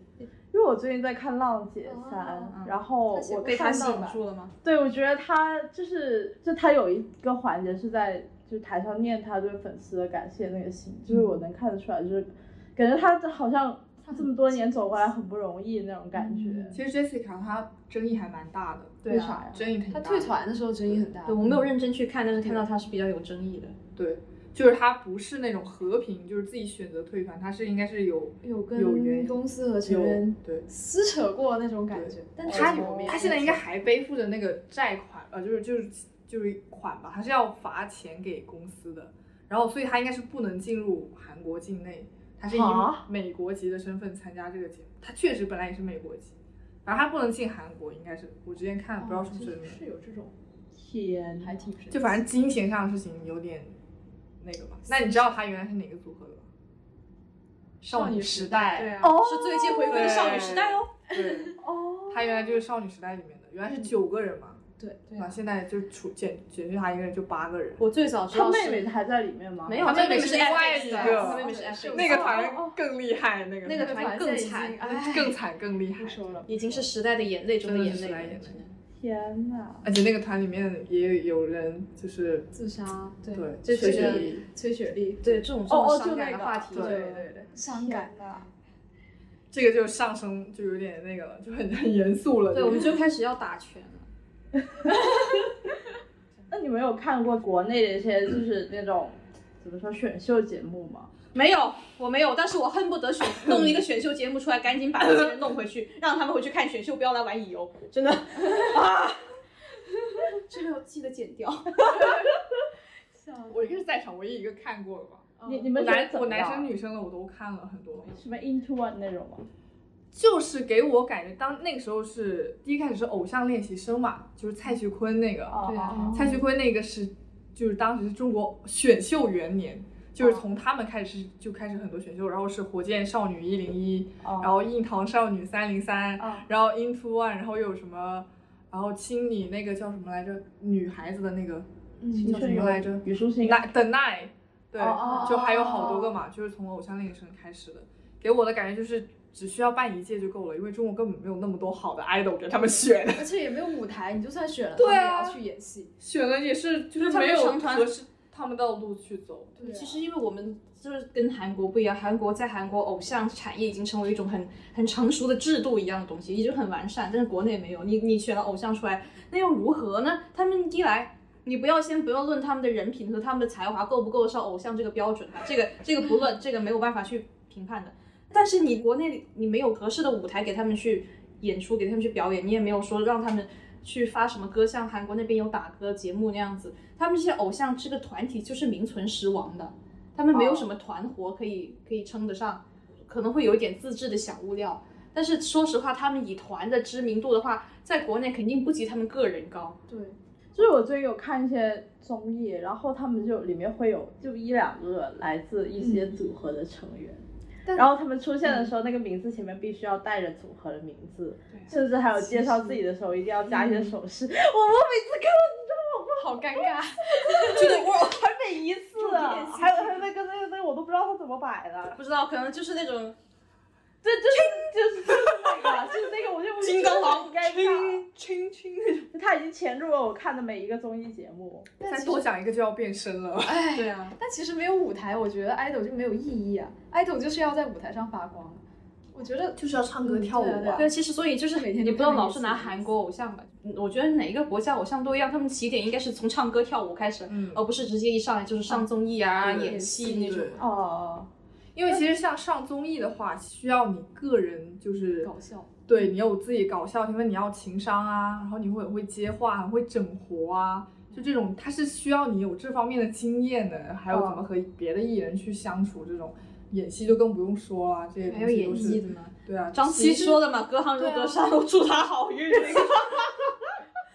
S6: 因为我最近在看《浪姐三》嗯
S3: 哦
S6: 然后
S3: 她写
S6: 我
S3: 被
S6: 看到了
S12: 了吗？
S6: 对，我觉得他就是，就他有一个环节是在就是台上念他对粉丝的感谢那个心，就是我能看得出来，就是感觉他好像他这么多年走过来很不容易那种感觉。
S4: 其实 Jessica 她争议还蛮大的，
S6: 对啊为啥呀
S4: 争议挺
S3: 她
S4: 大的。
S3: 退团的时候争议很大
S2: 对，。我没有认真去看，但是看到他是比较有争议的。
S4: 对，就是她不是那种和平，就是自己选择退团，她是应该是有
S3: 有
S4: 有原
S3: 跟
S4: 因
S3: 公司和成
S4: 有
S3: 员
S4: 对。
S3: 撕扯过那种感觉，但
S4: 他
S3: 有面
S4: 他现在应该还背负着那个债款，呃，就是就是就是款吧，他是要罚钱给公司的，然后所以他应该是不能进入韩国境内，他是以
S6: 啊
S4: 美国籍的身份参加这个节目，他确实本来也是美国籍，反正他不能进韩国，应该是我之前看不知道是不是真的，
S3: 哦是有这种，
S6: 天，
S3: 还挺神奇
S4: 就反正金钱上的事情有点那个吧。那你知道他原来是哪个组合的吗？少女时代，
S12: 对啊，
S6: 哦
S12: 是最近回归的少女时代哦。
S4: <laughs> 对，
S6: 哦，
S4: 他原来就是少女时代里面的，原来是九个人嘛。
S3: 对对
S4: 啊，现在就除减减去他一个人就八个人，
S12: 我最早知
S6: 他
S12: 道是
S6: 妹妹还在里面吗？
S12: 没有，
S2: 啊
S4: 他妹妹
S12: 妹
S4: 是
S12: 是
S4: 另外
S12: FX
S4: 一
S12: 的
S4: 个
S12: 他妹妹是 FX 的
S4: 那个团更厉害，那个
S12: 那个团更惨，哎，
S4: 更惨更厉害
S3: 不，说了，
S2: 已经是时代的眼泪中
S4: 真的
S2: 眼
S4: 是时代
S2: 泪
S4: 眼
S2: 了
S4: 泪，
S2: 真的
S6: 天哪！
S4: 而且那个团里面也有人就是
S3: 自杀，对
S4: 对，
S2: 这
S4: 确
S2: 确实
S4: 实
S3: 崔雪莉，
S2: 对这种这
S6: 哦
S2: 么
S6: 哦，就
S2: 伤感
S6: 那
S2: 的
S6: 个
S2: 话题，
S6: 对
S4: 对
S6: 对对，
S3: 伤感
S4: 这个就上升就有点那个了，就很很严肃了。
S2: 对，我们就开始要打拳了。
S6: 那你们有看过国内的一些就是那种怎么说选秀节目吗？
S2: 没有，我没有，但是我恨不得选弄一个选秀节目出来，赶紧把这些人弄回去，让他们回去看选秀，不要来玩乙游，真的 <laughs> 啊！这个记得剪掉。
S4: 我应该是在场唯一一个看过的吧，
S6: 你你
S4: 我
S6: 们觉得
S4: 男
S6: 怎
S4: 我
S6: 么
S4: 男
S6: 样
S4: 生女生的我都看了很多，
S6: 什么 Into One 那种吗？
S4: 就是给我感觉当那个时候是第一开始是偶像练习生嘛，就是蔡徐坤那个，
S6: 哦
S2: 对啊
S6: 哦
S4: 蔡徐坤那个是，就是当时是中国选秀元年，
S6: 哦
S4: 就是从他们开始就开始很多选秀，然后是火箭少女一零一，
S6: 哦，
S4: 然后硬糖少女三零三
S6: 哦，
S4: 然后 Into One，然后又有什么，然后青你那个叫什么来着，女孩子的那个
S3: 嗯
S4: 叫什么来着
S6: 语啊数新
S4: ，Night The Night，对
S6: 哦哦，
S4: 就还有好多个嘛，就是从偶像练习生开始的，给我的感觉就是。只需要办一届就够了，因为中国根本没有那么多好的 idol 给他们选，
S3: <laughs> 而且也没有舞台，你就算选了，
S4: 对
S3: 他们也
S4: 啊
S3: 要去演戏，
S4: 选了也是就是
S2: 他们
S4: 没有
S2: 成团
S4: 合适他们的路去走。
S3: 对啊
S2: 其实因为我们就是跟韩国不一样，韩国在韩国偶像产业已经成为一种很很成熟的制度一样的东西，已经很完善，但是国内没有。你你选了偶像出来，那又如何呢？他们一来。你不要先不要论他们的人品和他们的才华够不够上偶像这个标准吧，这个这个不论，这个没有办法去评判的。但是你国内你没有合适的舞台给他们去演出，给他们去表演，你也没有说让他们去发什么歌，像韩国那边有打歌节目那样子，他们这些偶像这个团体就是名存实亡的，他们没有什么团活可以可以称得上，可能会有一点自制的小物料。但是说实话，他们以团的知名度的话，在国内肯定不及他们个人高。
S3: 对，
S6: 就是我最近有看一些综艺，然后他们就里面会有就一两个来自一些组合的成员，
S4: 嗯
S6: 然后他们出现的时候，那个名字前面必须要带着组合的名字，
S4: 嗯
S6: 甚至还有介绍自己的时候一定要加一些手势。我我每次看到
S12: 好尴
S4: <laughs>
S12: 尬。
S6: 这个，我还每一次啊，还有还有那个那个那个我都不知道他怎么摆的。
S2: 不知道，可能就是那种
S6: 对，就是就是就是那个，就是那个，我就我就
S2: 金刚狼
S6: 觉得很尴
S4: 尬，亲亲那
S6: 种。他已经潜入了我看的每一个综艺节目，
S4: 再多讲一个就要变身了。
S3: 哎，
S2: 对啊。
S3: 但其实没有舞台，我觉得 idol 就没有意义啊，idol 就是要在舞台上发光。啊我觉得
S4: 就是要唱歌跳舞
S3: 啊。对啊
S2: 对，其实所以就是
S3: 每天
S2: 你
S3: 都
S2: 不要
S3: 看
S2: 老
S3: 电
S2: 是
S3: 视
S2: 拿韩国偶像吧，嗯我觉得哪一个国家偶像都一样，他们起点应该是从唱歌跳舞开始，而不是直接一上来就是上综艺啊、
S4: 对
S2: 演戏那种。
S4: 对
S6: 哦，
S4: 因为其实像上综艺的话，需要你个人就是
S3: 搞笑，
S4: 对你有自己搞笑，因为你要情商啊，然后你会会接话，会整活啊，就这种它是需要你有这方面的经验的，还有怎
S2: 嗯
S4: 么和别的艺人去相处这种。演戏就更不用说了，这些东
S2: 还有
S4: 西
S2: 演
S4: 都是
S2: 技的吗？
S4: 对啊，
S2: 张
S4: 其
S2: 琪
S4: 实
S2: 说的嘛，隔行如
S4: 对啊
S2: <laughs> 隔山，我祝他好运。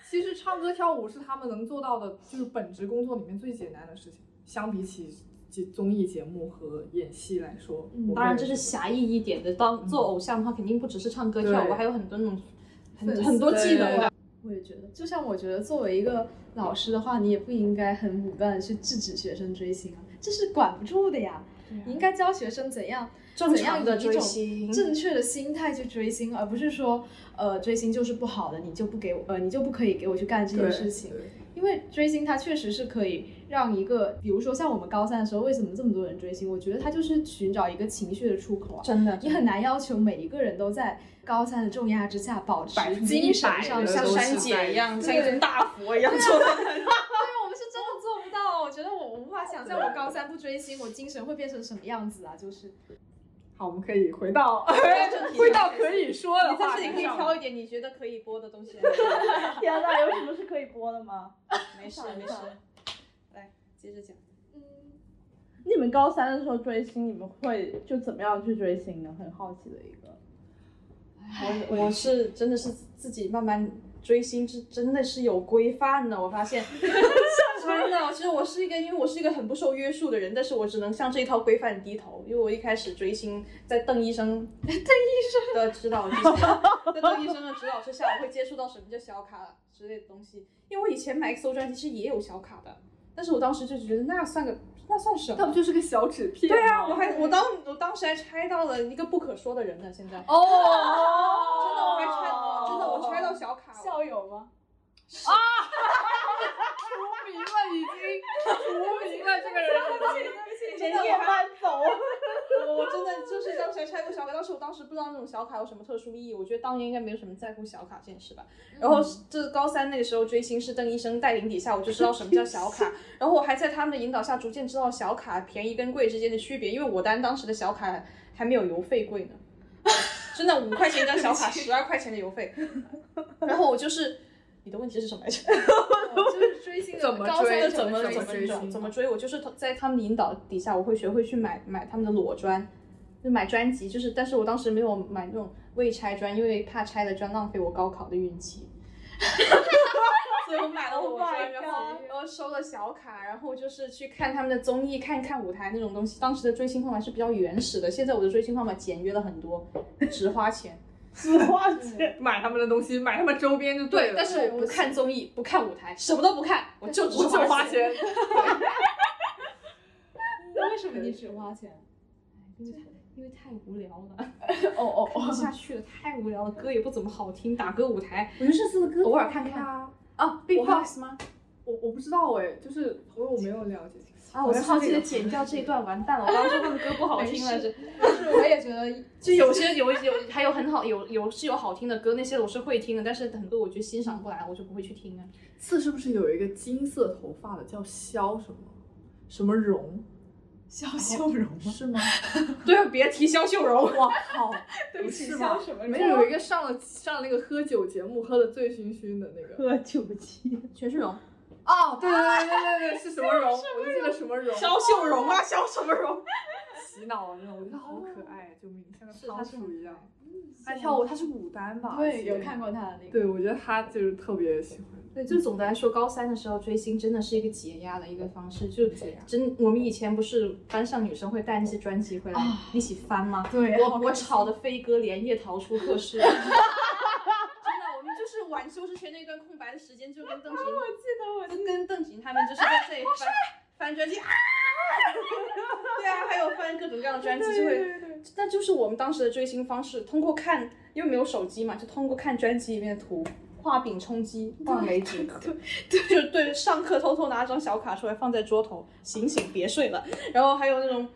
S4: 其实唱歌跳舞是他们能做到的，就是本职工作里面最简单的事情。相比起节综艺节目和演戏来说，我
S2: 嗯当然
S4: 个
S2: 这
S4: 人
S2: 是狭义一点的，当做偶像的话，肯定不只是唱歌跳舞，
S4: 对
S2: 还有很多那种
S3: 粉丝
S2: 很很多技能啊吧。
S3: 我也觉得，就像我觉得作为一个老师的话，你也不应该很武断地去制止学生追星啊，这是管不住的呀。你应该教学生怎样
S2: 正
S3: 怎样
S2: 常地
S3: 以一
S2: 追
S3: 种
S2: 星
S3: 正确的心态去追星，而不是说，呃，追星就是不好的，你就不给我，呃，你就不可以给我去干这件
S4: 对
S3: 事情。
S4: 对
S3: 因为追星它确实是可以让一个，比如说像我们高三的时候，为什么这么多人追星？我觉得它就是寻找一个情绪的出口啊。
S2: 真的
S3: 你很难要求每一个人都在高三的重压之下保持精神上
S2: 像
S3: 山
S2: 山姐一样，像
S3: 对
S2: 一尊大佛一样坐在那里。
S3: 对， <laughs> 我们是真的做不到。我觉得我无法想象，我高三不追星，我精神会变成什么样子啊！就是，
S4: 好，我们可以回到
S2: 正题
S4: <laughs> 回到可以说的
S2: 你这
S4: 话
S2: 次你
S4: 题
S2: 可以
S4: 上
S2: 挑一点你觉得可以播的东西。
S6: <laughs> 天哪，有什么是可以播的吗？
S2: 没事没事，来接着讲。
S6: 你们高三的时候追星，你们会就怎么样去追星呢？很好奇的一个。
S2: 哎我我是真的是自己慢慢追星，是真的是有规范的。我发 <laughs> 现，真的，其实我是一个，因为我是一个很不受约束的人，但是我只能向这一套规范低头。因为我一开始追星，在邓医生 <laughs> 邓医生的指导之下，在邓医生的指导之下，我会接触到什么叫小卡之类的东西。因为我以前买 XO 专辑是也有小卡的，但是我当时就觉得那算个那算什么？
S4: 那不就是个小纸片吗？
S2: 对啊，我还我当我当时还拆到了一个不可说的人呢，现在
S4: 哦
S2: 真的我还拆到，真的我拆到小卡，
S6: 校友吗？
S4: 啊 <laughs> 除名了，已经除名了这个人。
S2: 真的我搬走，我我真的就是当时还拆过小卡，当时我当时不知道那种小卡有什么特殊意义，我觉得当年应该没有什么在乎小卡这件事吧。然后这高三那个时候追星是邓医生带领底下，我就知道什么叫小卡，然后我还在他们的引导下逐渐知道小卡便宜跟贵之间的区别，因为我单当时的小卡还没有邮费贵呢。 <laughs> 真的五块钱一张小卡，十二块钱的邮费。然后我就是，你的问题是什么来着？
S3: 就是追星
S4: 怎么
S2: 高三
S4: 追？
S2: 的怎么
S4: 么
S2: 怎么
S4: 追
S2: 转
S4: 星？
S2: 怎么追，我就是在他们引导底下，我会学会去买买他们的裸专，就买专辑，就是但是我当时没有买那种未拆专，因为怕拆了专浪费我高考的运气。所以我买了裸
S6: Oh my
S2: 专，啊然后
S6: God
S2: 然后收了小卡，然后就是去看他们的综艺，看看舞台那种东西。当时的追星方法是比较原始的，现在我的追星方法简约了很多，只花钱。
S4: 买他们的东西，买他们周边就
S2: 对，
S4: 了。
S2: 但是我不看综艺，不看舞台，什么都不看，我就只
S4: 我就花。钱。
S3: 那为什么你只花
S4: <laughs>
S3: 钱？
S2: 因为太无聊了， <laughs>
S3: 哦哦
S2: 看不
S3: 哦，
S2: 下去了，太无聊了，歌也不怎么好听，打歌舞台
S4: 我觉得这次的歌
S2: 偶尔看
S4: 看
S2: 看
S4: 啊，
S2: 啊
S4: 我还
S2: ，Beatbox 吗？
S4: 我我不知道哎，就是因为我没有了解。
S2: 啊，我好奇的剪掉这一段，完蛋了，我刚刚说他们歌不好听 <laughs> 了，这
S3: 但是我也觉得，
S2: <laughs> 就有些有有还有很好有有是有好听的歌，那些我是会听的，但是很多我觉得欣赏不来，我就不会去听啊。
S4: 次是不是有一个金色头发的叫肖什么什么荣？
S3: 肖秀荣吗？
S4: 是吗？
S2: 对啊，别提肖秀荣，
S4: 哇靠！对不起，肖什么？没有有一个上了上了那个喝酒节目，喝的醉醺醺的那个。
S6: 喝酒气，
S2: 全是荣，
S4: 哦，对对对对对对，是什么荣？我就记得什么荣。
S2: 肖秀荣啊，肖什么荣？
S4: 洗脑了，真的，我觉得好可爱，救命，像个仓鼠一样。还嗯哎跳舞，他是舞担吧？
S3: 对，有看。过他的那个。
S4: 对，我觉得他就是特别喜 <laughs> 欢。
S2: 对，就总的来说，高三的时候追星真的是一个解压的一个方式。就
S4: 解压
S2: 真，我们以前不是班上女生会带那些专辑回来
S3: 啊
S2: 一起翻吗？
S3: 对
S2: 我
S3: 好
S2: 我
S3: 开心
S2: 吵得飞哥连夜逃出课室。真 <laughs> 的，我们就是晚修之前那段空白的时间，就跟邓紫啊我记得我跟邓紫棋他们就是在这里 <laughs> 翻翻专辑啊。对啊，还有翻各种各样的专辑，就会那就是我们当时的追星方式，通过看，因为没有手机嘛，就通过看专辑里面的图，画饼充饥，望梅止渴， <laughs> 就对上课偷偷拿张小卡出来放在桌头，醒醒别睡了。然后还有那种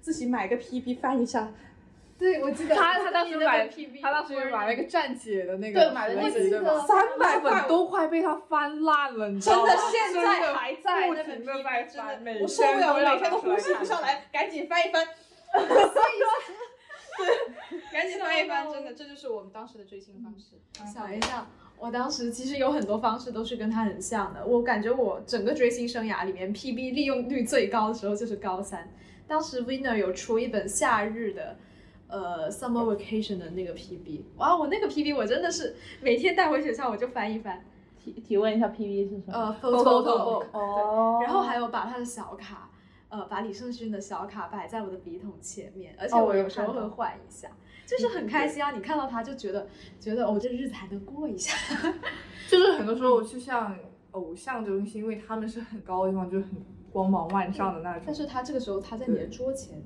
S2: 自己买个 PB 翻一下，
S4: 对，我记得
S5: 他他当时买，他当时买了个站姐的那个，三
S4: 百
S5: 百
S4: 本
S5: 本
S4: 都
S5: 都
S4: 快被他翻烂了，你知
S2: 真
S4: 道吗？
S2: 的现在
S4: 的
S2: 还在
S4: 不
S2: 那本
S4: 停
S2: PB，
S4: 的在翻，
S2: 真的，
S4: 每
S2: 我受不了，
S4: 天
S2: 我
S4: 都要
S2: 每天都
S4: 拿出来
S2: 呼吸不
S4: 看
S2: 上来，赶紧翻一翻。对，赶紧翻一翻，真的，这就是我们当时的追星方式。
S3: 想一下，我当时其实有很多方式都是跟他很像的。我感觉我整个追星生涯里面，PB 利用率最高的时候就是高三。当时 Winner 有出一本夏日的，呃，Summer Vacation 的那个 PB，哇，我那个 PB 我真的是每天带回学校我就翻一翻。
S6: 提提问一下 PV 是什么？
S3: 呃
S6: Photo
S3: ，photo
S2: 嗯
S6: book 哦
S3: 对，然后还有把他的小卡，呃，把李胜勋的小卡摆在我的笔筒前面，而且
S6: 哦
S3: 我
S6: 我有
S3: 有时候
S6: 看到
S3: 会换一下，就是很开心啊！你看到他就觉得觉得我、哦、这日子还能过一下，
S4: 就是很多时候，就像偶像这种东西，因为他们是很高的地方，就是很光芒万丈的那种
S3: 但，是他这个时候他在你的桌前，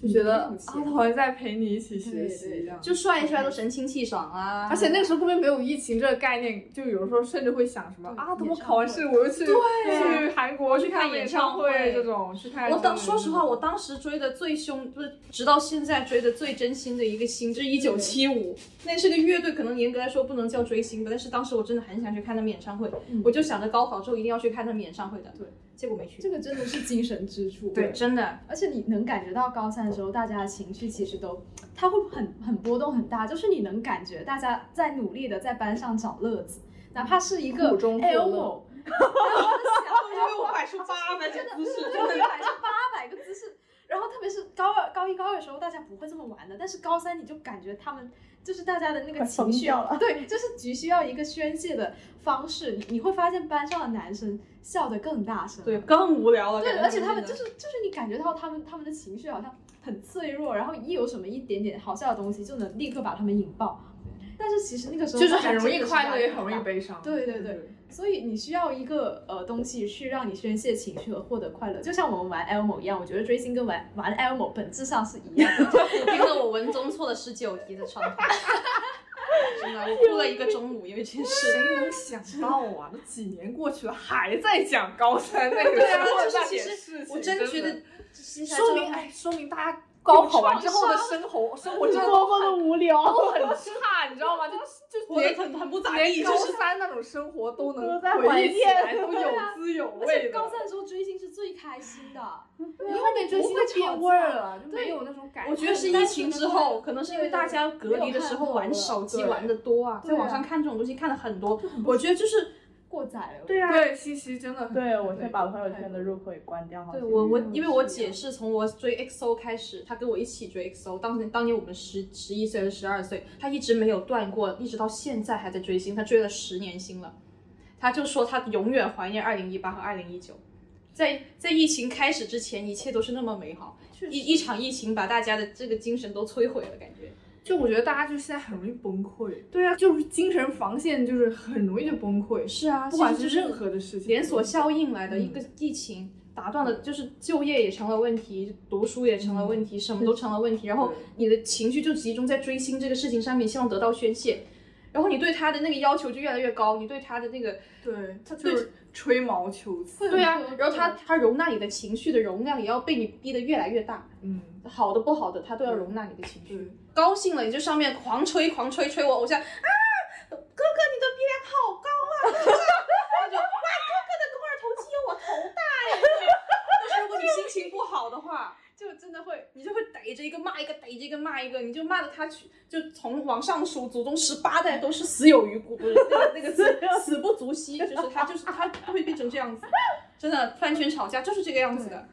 S4: 就觉得啊，
S3: 你的
S4: 他
S3: 笔筒前
S4: 好像在陪你一起学
S3: 对
S4: 习
S3: 对
S4: 一样。
S2: 就帅一帅都神清气爽啊！
S4: 而且那个时候根本没有疫情这个概念，就有时候甚至会想什么啊，等我考完试我又去
S2: 对
S4: 去韩国去看
S2: 看演
S4: 唱
S2: 唱会
S4: 这种，去看
S2: 我
S4: 这种
S2: 当说实话，我当时追的最凶，就是直到现在追的最真心的一个星，就是一九七五，那是个乐队，可能严格来说不能叫追星吧，但是当时我真的很想去看他们演唱会，我就想着高考之后一定要去看他们演唱会的，对，结果没去。
S3: 这个真的是精神支柱。
S2: 对，真的，
S3: 而且你能感觉到高三的时候，大家的情绪其实都，它会很很波动很大，就是你能感觉大家在努力的在班上找乐子，哪怕是一个
S4: 苦中作
S3: elmo，
S4: 乐 <laughs>
S2: 因为我摆出八百
S3: 真的
S2: 个姿势，
S3: 对对对，摆出八百个姿势。然后特别是高二、高一、高二的时候，大家不会这么玩的，但是高三你就感觉他们就是大家的那个
S6: 快
S3: 情
S6: 疯
S3: 绪
S6: 掉了
S3: 对，就是急需要一个宣泄的方式。你你会发现班上的男生笑得更大声了，
S2: 对，更无聊了。
S3: 对，
S2: 感觉
S3: 而且他们就
S2: 真的
S3: 是就是你感觉到他们他们的情绪好像很脆弱，然后一有什么一点点好笑的东西就能立刻把他们引爆。但是其实那个时候
S4: <laughs> 就是
S3: 大家
S4: 很容易
S3: 真的是
S4: 快
S3: 压
S4: 乐，
S3: 力
S4: 也很容易
S3: 大
S4: 悲伤。嗯
S3: 对对对，所以你需要一个呃东西去让你宣泄情绪和获得快乐，就像我们玩 Elmo 一样，我觉得追星跟玩玩 Elmo 本质上是一样
S4: <laughs>
S3: 的。
S2: 我听了我文综错了十九题的创痛，真的，我哭了一个中午，因为这件事。
S4: 谁能想到啊？都几年过去了，还在讲高三那个
S2: 对啊
S4: 时候的
S2: 就是
S4: 那
S2: 其
S4: 点
S2: 实
S4: 事情
S2: <laughs> 我真觉
S4: 的
S2: 得
S4: 说明哎，说明大家高考完之后的生活生活真的
S5: 多么的无聊，
S4: 都很差，你知道吗？就是就
S2: 活得
S4: 连
S2: 很
S4: <laughs>
S2: 很不咋地，
S4: 连
S2: 就
S4: 高
S2: 是
S4: 三那种生活都能
S5: 都在
S4: 回忆起来，
S5: 怀
S4: 都有滋有
S3: 而
S4: 味
S3: 且
S4: 的。
S3: 高三的时候追星是最开心的，
S4: 你后面追星就变味儿了，就没有那种感觉。
S2: 我觉得是疫情之后，可能是因为大家隔离的时候玩手机玩的多啊，在
S3: 对啊
S2: 网上看这种东西看的很多，我觉得就是
S3: 过载了。
S2: 对啊。
S4: 对西西真的很
S6: 对，我先把朋友圈的入口给关掉。好
S2: 对
S6: 几
S2: 我我
S6: 年，
S2: 因为我姐嗯是从我追 XO 开始，她跟我一起追 XO，当年当年我们十十一岁还是十二岁，她一直没有断过，一直到现在还在追星，她追了十年星了。她就说她永远怀念二零一八和二零一九，在在疫情开始之前，一切都是那么美好，一一场疫情把大家的这个精神都摧毁了，感觉。
S4: 就我觉得大家就现在很容易崩溃。对啊，就是精神防线就是很容易就崩溃。
S2: 是啊，
S4: 不管
S2: 其
S4: 是
S2: 实就是
S4: 任何的事情，
S2: 连锁效应来的一个疫情打断了，就是就业也成了问题，读书也成了问题，什么都成了问题。然后你的情绪就集中在追星这个事情上面，希望得到宣泄。然后你对他的那个要求就越来越高，你对他的那个
S4: 对，他
S2: 对
S4: 就是吹毛求疵。
S2: 对啊，然后他他容纳你的情绪的容量也要被你逼得越来越大，
S4: 嗯，
S2: 好的不好的他都要容纳你的情
S4: 对
S2: 绪。高兴了你就上面狂吹狂吹吹我偶像啊，哥哥你的鼻梁好高啊， <laughs> 他就哇哥哥的肱二头肌有我头大呀。但是如果你心情不好的话，
S3: 就真的会
S2: 你就会逮着一个骂一个，逮着一个骂一个，你就骂的他去，就从往上数，祖宗十八代都是死有余辜，不是那个那个死死不足惜，就是他就是他会变成这样子，
S4: <laughs>
S2: 真的饭圈吵架就是这个样子的。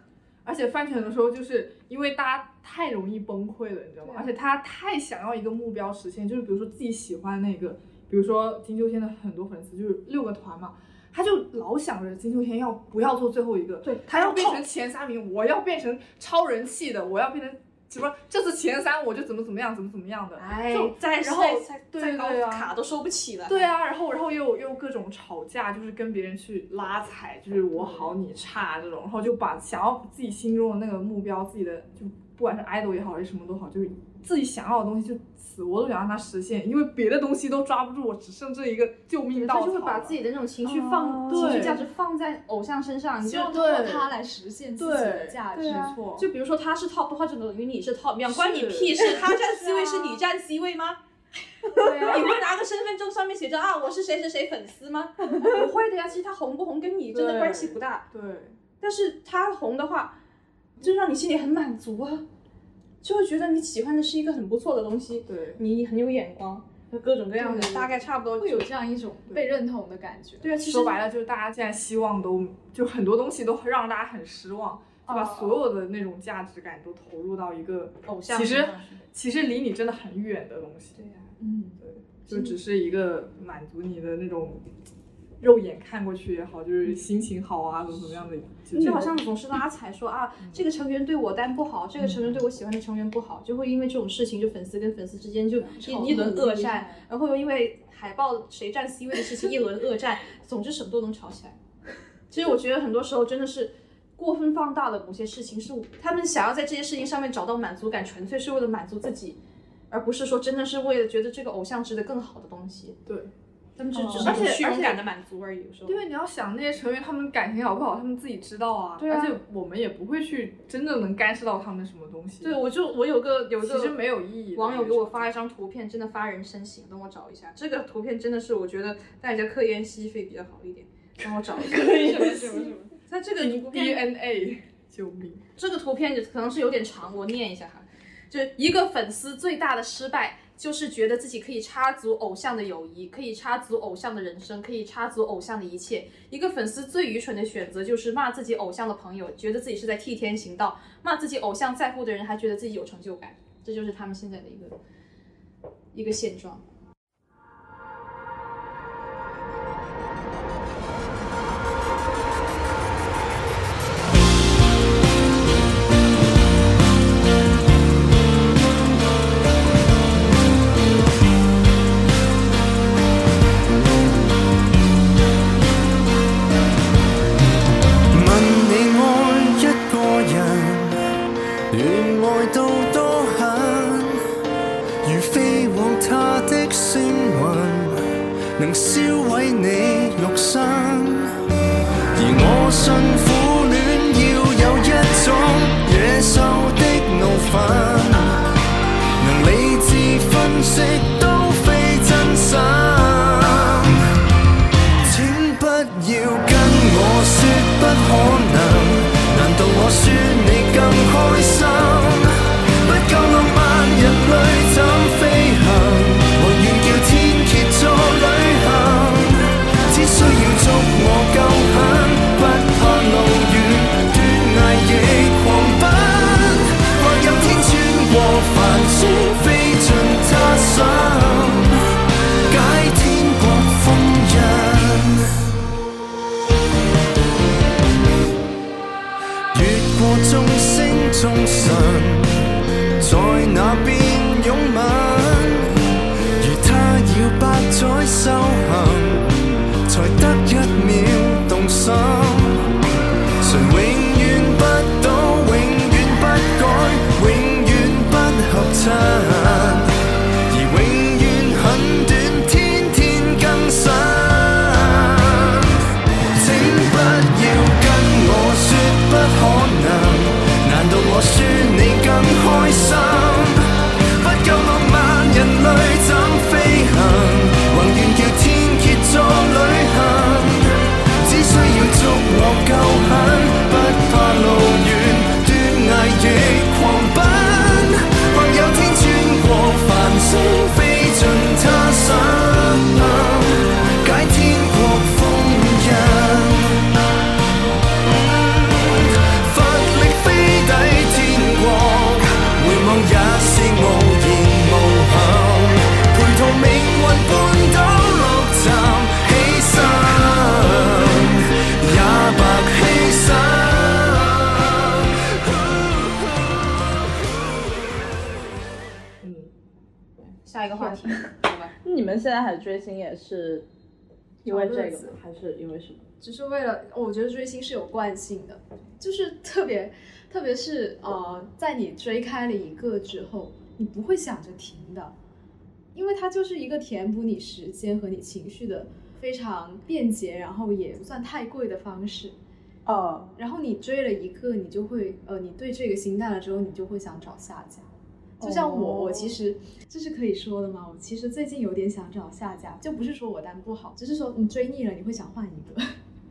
S4: 而且翻船的时候，就是因为大家太容易崩溃了，你知道吗？
S2: 啊
S4: 而且他太想要一个目标实现，就是比如说自己喜欢那个，比如说金秋天的很多粉丝就是六个团嘛，他就老想着金秋天要不要做最后一个，对他要变成前三名，我要变成超人气的，我要变成只不过这次前三我就怎么怎么样，怎么怎么样的，
S2: 哎
S4: 就
S2: 再
S4: 然后
S2: 再
S4: 对
S2: 再
S4: 对
S2: 高
S4: 对啊，
S2: 卡都收不起了
S4: 对啊，然后然后又又各种吵架，就是跟别人去拉踩，就是我好你差这种，然后就把想要自己心中的那个目标，自己的就不管是 idol 也好还是什么都好，就是自己想要的东西就死活都想让它实现，因为别的东西都抓不住，我只剩这一个救命稻
S2: 他
S4: 草
S2: 就
S4: 了。
S2: 会把自己的那种情绪放、
S4: 哦
S2: 情绪
S4: 对
S2: 价值放在偶像身上，你
S4: 希
S2: 就
S4: 望通过对他来实现自己的价值
S2: 对啊
S4: 没错
S2: 就比如说他是 top 的话，就等于你是 top 一样，
S4: 是啊
S2: 关你屁事，他占 C 位是你占 C 位吗？ <laughs> 你会拿个身份证上面写着啊，我是谁谁谁粉丝
S4: <laughs>
S2: 吗？不会的呀，其实他红不红跟你真的
S4: 对
S2: 关系不大。
S4: 对，
S2: 但是他红的话，就让你心里很满足啊，就会觉得你喜欢的是一个很不错的东西，
S4: 对
S2: 你很有眼光，各种各样的，
S3: 对
S2: 大概差不多
S3: 会有这样一种被认同的感觉。
S4: 对啊，说白了就是大家现在希望都就很多东西都让大家很失望，就把所有的那种价值感都投入到一个
S2: 哦偶像
S4: 其
S2: 身
S4: 实
S2: 上
S4: 其实离你真的很远的东西。对呀、
S3: 嗯，
S4: 对，就只是一个满足你的那种肉眼看过去也好，就是心情好啊，怎么怎么
S2: 嗯
S4: 样的，就
S2: 就好像总是
S4: 嗯
S2: 拉踩说啊，这个成员对我单不好，这个成员对我喜欢的成员不好，就会因为这种事情，就粉丝跟粉丝之间就
S4: 嗯
S2: 一一轮恶战，然后又因为海报谁占 C 位的事情一轮恶战，总之什么都能吵起来。其实我觉得很多时候真的是过分放大了某些事情，是他们想要在这些事情上面找到满足感，纯粹是为了满足自己，而不是说真的是为了觉得这个偶像值得更好的东西。
S4: 对，
S2: 他们就只
S4: 哦而且
S2: 是虚
S4: 而
S2: 荣
S4: 且
S2: 感的满足而已，有时候。
S4: 因为你要想那些成员他们感情好不好，他们自己知道啊，
S2: 对啊
S4: 而且我们也不会去真正能干涉到他们什么东西。
S2: 对，我就我有个有个
S4: 其实没有意义的
S2: 网友给我发一张图片，真的发人深省，等我找一下。这个图片真的是我觉得大家科研吸费比较好一点，等我找一下。
S4: 什么什么什么？
S2: 它这个
S4: DNA，救命！
S2: 这个图片可能是有点长，我念一下哈。就一个粉丝最大的失败，就是觉得自己可以插足偶像的友谊，可以插足偶像的人生，可以插足偶像的一切。一个粉丝最愚蠢的选择，就是骂自己偶像的朋友，觉得自己是在替天行道；骂自己偶像在乎的人，还觉得自己有成就感。这就是他们现在的一个一个现状。
S11: 問你愛一個人，原來到多狠。如飛往他的星雲，能燒毀你肉身。而我信苦戀要有一種野獸的怒憤，能理智分析都非真心。請不要跟我說不可能，難道我說你更開心？不夠浪漫，人類怎飛行？我願叫天蠍座旅行，只需要捉我夠狠，不怕路遠，斷崖亦狂奔。或有天穿過帆船，飛進他心。解天國封印，越過眾星眾神，在那邊擁吻。如他要百載修行，才得一秒動心。誰永遠不倒，永遠不改，永遠不合襯。而永遠很短，天天更新。請不要跟我說不可能，難道我說你更開心？不夠浪漫，人類怎飛行？宏願叫天蠍座旅行，只需要捉啊
S2: 下一个话题，好吧？
S6: 你们现在还追星也是因为这个吗？还是因为什么？
S3: 只是为了，哦我觉得追星是有惯性的，就是特别，特别是呃，在你追开了一个之后，你不会想着停的，因为它就是一个填补你时间和你情绪的非常便捷，然后也不算太贵的方式。
S6: 哦，
S3: 然后你追了一个，你就会呃，你对这个心淡了之后，你就会想找下家。就像我
S6: 哦
S3: 我其实这是可以说的吗？我其实最近有点想找下家，就不是说我单不好，只是说你追腻了，你会想换一个。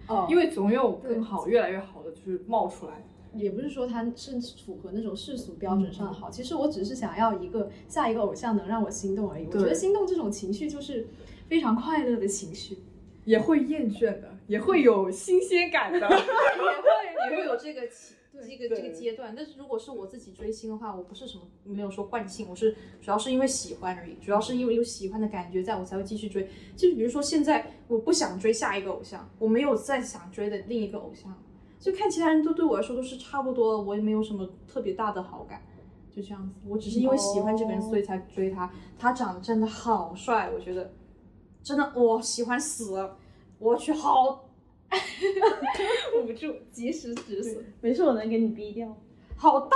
S6: 哦
S4: 因为总有更好、越来越好的就是冒出来。
S3: 也不是说它是符合那种世俗标准
S2: 嗯
S3: 上的好，其实我只是想要一个下一个偶像能让我心动而已。我
S4: 对
S3: 觉得心动这种情绪就是非常快乐的情绪，
S4: 也会厌倦的，也会有新鲜
S2: <laughs>
S4: 感的，
S2: 也会也会有这个期这个这个阶段。但是如果是我自己追星的话，我不是什么没有说惯性，我是主要是因为喜欢而已，主要是因为有喜欢的感觉在，我才会继续追。就是比如说现在我不想追下一个偶像，我没有再想追的另一个偶像，就看其他人都对我来说都是差不多的，我也没有什么特别大的好感。就这样子，我只是因为喜欢这个人，
S6: 哦
S2: 所以才追他。他长得真的好帅，我觉得真的我喜欢死了。我去，好
S6: 捂住，及时止损。没事，我能给你逼掉。
S2: 好大，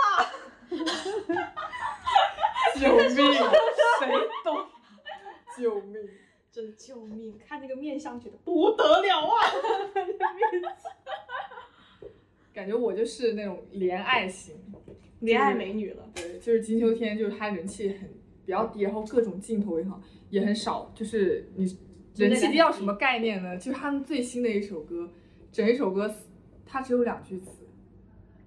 S4: 救命！啊谁懂？ <laughs> 救命！
S2: 真救命！看那个面相，觉得不得了啊！
S4: 感觉我就是那种怜爱型，
S2: 怜爱美女了。
S4: 对，就是金秋天，就是她人气很比较低，然后各种镜头也好也很少，就是你人气低到什么概念呢？就是他们最新的一首歌，整一首歌它只有两句词，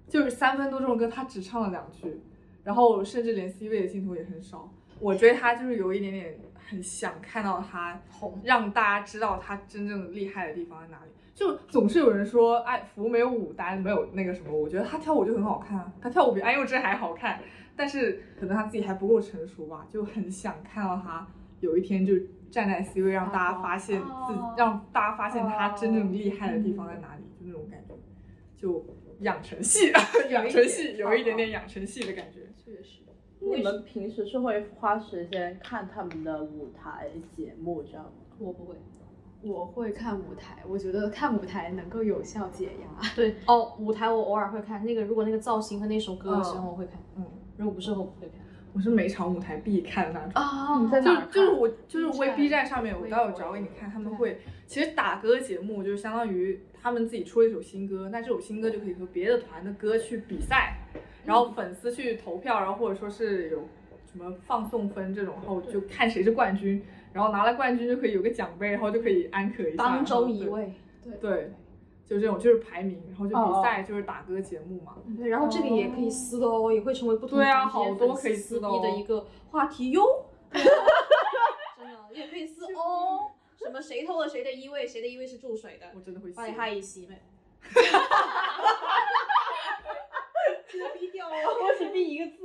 S4: 就是三分多钟的歌，他只唱了两句，然后甚至连 C 位的镜头也很少。我追他就是有一点点很想看到他
S2: 红，
S4: 让大家知道他真正厉害的地方在哪里。就总是有人说，哎，福没有舞担，没有那个什么。我觉得他跳舞就很好看啊，他跳舞比安宥真还好看。但是可能他自己还不够成熟吧，就很想看到他有一天就站在 C 位，让大家发现自己，让大家发现他真正厉害的地方在哪里，就那种感觉，就养成系， <laughs> 养成系有一点点养成系的感觉。
S3: 确实。
S6: 你们平时是会花时间看他们的舞台节目这样 <laughs> 吗？
S2: 我不会。
S3: 我会看舞台，我觉得看舞台能够有效解压。
S2: 对哦，舞台我偶尔会看那个，如果那个造型和那首歌我喜欢，
S4: 嗯
S2: 我会看。
S4: 嗯，
S2: 如果不是我不会看。
S4: 我是每场舞台必看的那种
S2: 啊你在哪儿
S4: 就就是
S2: 看
S4: 我就是微
S2: B
S4: B
S2: 站
S4: 站上面我到有找给你看，他们会其实打歌节目就是相当于他们自己出了一首新歌，那这首新歌就可以和别的团的歌去比赛，
S2: 嗯
S4: 然后粉丝去投票，然后或者说是有什么放送分这种，然后就看谁是冠军，然后拿了冠军就可以有个奖杯，然后就可以安可一下。
S2: 当周一
S4: 然后
S2: 位。哦
S4: 对对，就这种就是排名，然后就比赛就是打歌节目嘛。
S2: 对，然后这个也可以撕的哦，也会成为不同
S4: 对
S2: 团
S4: 啊
S2: 之间
S4: 好多
S2: 粉丝
S4: 可以撕的哦啊
S2: 撕逼的一个话题哟。 <laughs> 真的也可以撕哦，什么谁偷了谁的衣位，谁的衣位是注水的，
S4: 我真的会
S2: 把你
S4: 撕
S2: 害一吸 <laughs>
S4: <laughs>
S2: 没？逼掉哦，
S6: 我只逼一个字，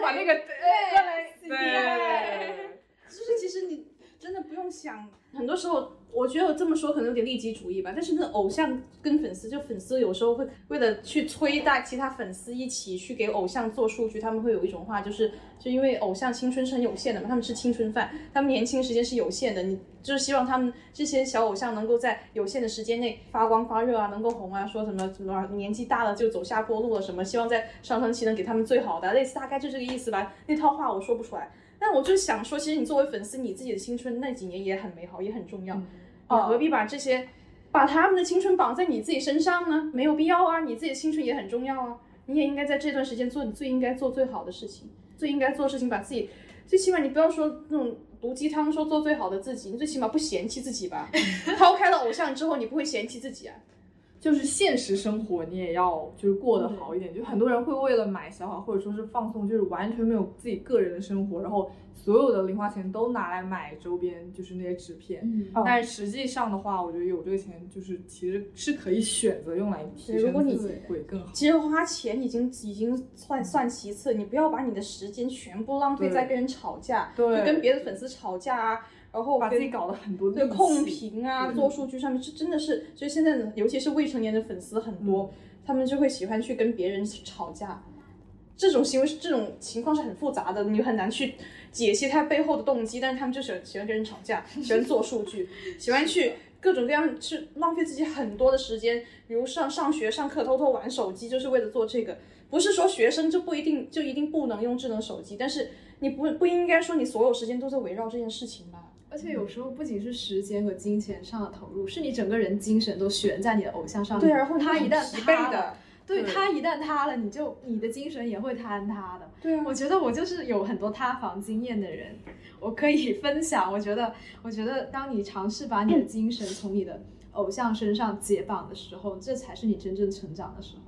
S4: 把那
S2: <laughs>
S4: 个
S2: 对
S4: 对对
S2: 就是其实你真的不用想，很多时候我觉得我这么说可能有点利己主义吧，但是那偶像跟粉丝，就粉丝有时候会为了去催大其他粉丝一起去给偶像做数据，他们会有一种话就是，就因为偶像青春是很有限的嘛，他们吃青春饭，他们年轻时间是有限的，你就是希望他们这些小偶像能够在有限的时间内发光发热啊，能够红啊，说什么什么年纪大了就走下坡路了什么，希望在上升期能给他们最好的，类似大概就这个意思吧。那套话我说不出来。但我就想说，其实你作为粉丝，你自己的青春那几年也很美好，也很重要，你何必把这些，把他们的青春绑在你自己身上呢？没有必要啊，你自己的青春也很重要啊，你也应该在这段时间做你最应该做最好的事情，最应该做的事情，把自己，最起码你不要说那种毒鸡汤，说做最好的自己，你最起码不嫌弃自己吧。抛开了偶像之后，你不会嫌弃自己啊。
S4: 就是现实生活你也要就是过得好一点，就很多人会为了买小卡或者说是放松，就是完全没有自己个人的生活，然后所有的零花钱都拿来买周边，就是那些纸片。
S6: 嗯
S4: 但实际上的话，我觉得有这个钱就是其实是可以选择用来提
S2: 如果
S4: 升
S2: 你
S4: 自己会更好。
S2: 其实花钱已经已经算算其次，你不要把你的时间全部浪费在跟人吵架，
S4: 对
S2: 就跟别的粉丝吵架啊，然后
S4: 把
S2: 跟
S4: 自己搞得很多
S2: 对
S4: 戾气
S2: 控评啊，
S4: 对
S2: 做数据上面，这真的是，所以现
S4: 嗯
S2: 在尤其是未成年的粉丝很多，他们就会喜欢去跟别人吵架。这种行为是这种情况是很复杂的，你很难去解析它背后的动机。但是他们就喜欢喜欢跟人吵架，喜欢做数
S4: <laughs>
S2: 据，喜欢去各种各样去浪费自己很多的时间，比如上上学上课偷偷玩手机，就是为了做这个。不是说学生就不一定就一定不能用智能手机，但是你不不应该说你所有时间都在围绕这件事情吧？
S3: 而且有时候不仅是时间和金钱上的投入，是你整个人精神都悬在你的偶像上面。
S2: 对啊然后你
S3: 他
S2: 很
S3: 一旦
S2: 疲惫
S3: 塌
S2: 的
S3: 了，对
S2: 对
S3: 他一旦塌了，你就你的精神也会坍塌的。
S2: 对啊
S3: 我觉得我就是有很多塌房经验的人，我可以分享。我觉得， <laughs> 我觉得当你尝试把你的精神从你的偶像身上解绑的时候，这才是你真正成长的时候。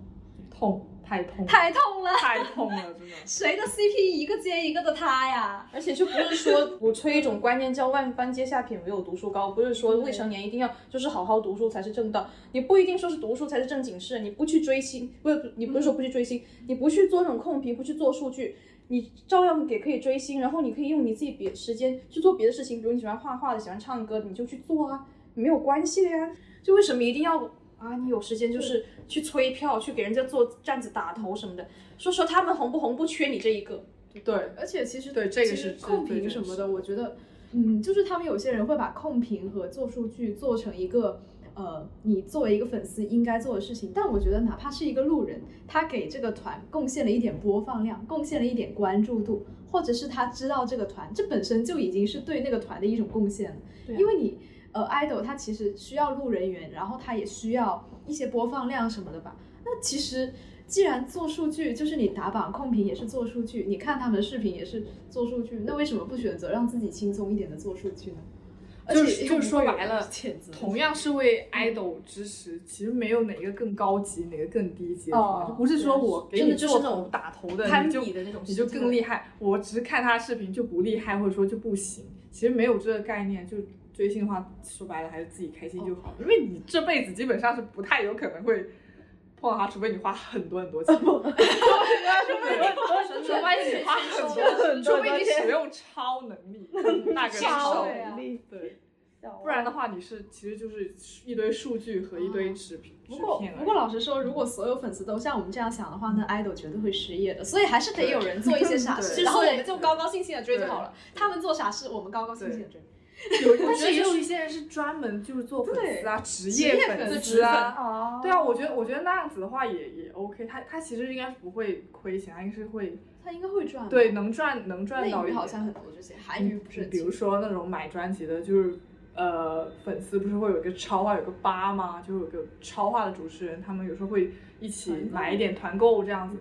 S4: 痛，太痛，
S3: 太痛了，
S4: 太痛了，真的。 <laughs>
S3: 谁的 CP 一个接一个的塌呀？
S2: 而且就不是说鼓吹一种观念叫万般皆下品，唯有读书高，不是说未成年一定要就是好好读书才是正道，你不一定说是读书才是正经事，你不去追星，不是你不是说不去追星，你不去做那种控评，不去做数据。你照样也可以追星，然后你可以用你自己别时间去做别的事情，比如你喜欢画画的，喜欢唱歌的，你就去做啊，没有关系的呀。就为什么一定要啊？你有时间就是去催票，去给人家做站子打头什么的。说说他们红不红，不缺你这一个。
S4: 对，
S3: 而且其实
S4: 对这个
S3: 其
S4: 是
S3: 实
S4: 最
S3: 控
S4: 最
S3: 评
S4: 真
S3: 什么
S4: 实
S3: 的，我觉得，嗯，就是他们有些人会把控评和做数据做成一个。呃，你作为一个粉丝应该做的事情，但我觉得哪怕是一个路人，他给这个团贡献了一点播放量，贡献了一点关注度，或者是他知道这个团，这本身就已经是对那个团的一种贡献了。
S2: 对啊
S3: 因为你呃，idol 他其实需要路人缘，然后他也需要一些播放量什么的吧。那其实既然做数据，就是你打榜控评也是做数据，你看他们的视频也是做数据，那为什么不选择让自己轻松一点的做数据呢？而
S4: 就是
S3: 且
S4: 就是说白
S3: 白
S4: 了，同样是为 idol 支持，其实没有哪个更高级，哪个更低级，
S2: 哦
S4: 就不是说我给你
S2: 真的就
S4: 做
S2: 是那种
S4: 头打头的，
S2: 攀
S4: 你就
S2: 比的那种
S4: 你就
S2: 心态
S4: 更厉害。我只是看他视频就不厉害，或者说就不行。其实没有这个概念，就追星的话，说白了还是自己开心就
S2: 哦
S4: 好，因为你这辈子基本上是不太有可能会。碰到他，除非你花很多很
S2: <laughs>
S4: 多钱，除非你除非你花很多，除非你使用超能力，那个
S6: 超
S4: 能
S6: 能力
S4: 对，不然的话，你是其实就是一堆数据和一堆纸片。
S3: 不过
S4: 纸片而已嗯
S3: 不过老实说，如果所有粉丝都像我们这样想的话，那 idol 绝对会失业的。所以还是得有人做一些傻
S4: <laughs> 对
S3: 事，
S4: 对
S3: 然后我们就高高兴兴的追就好了
S4: 对。
S3: 他们做傻事，我们高高兴兴的追。 <laughs>
S4: 有，
S3: 但
S4: 但是
S3: 是
S4: 也有
S3: 有
S4: 一些人是专门就是做粉丝啊，
S3: 对
S4: 职
S3: 职
S4: 业
S3: 业
S4: 粉
S3: 粉
S4: 丝
S6: <laughs>
S3: 丝哦
S4: 啊，对啊，我觉得我觉得那样子的话也也 OK，他他其实应该是不会亏钱，他应该是会
S3: 他应该会赚吧
S4: 对，能赚能赚到一
S3: 内娱
S4: 点。嗯
S3: 好像很多这些，韩娱不是很
S4: 比如说那种买专辑的，就是呃，粉丝不是会有一个超话，有个吧吗？就是有个超话的主持人，他们有时候会一起买一点团购这样子。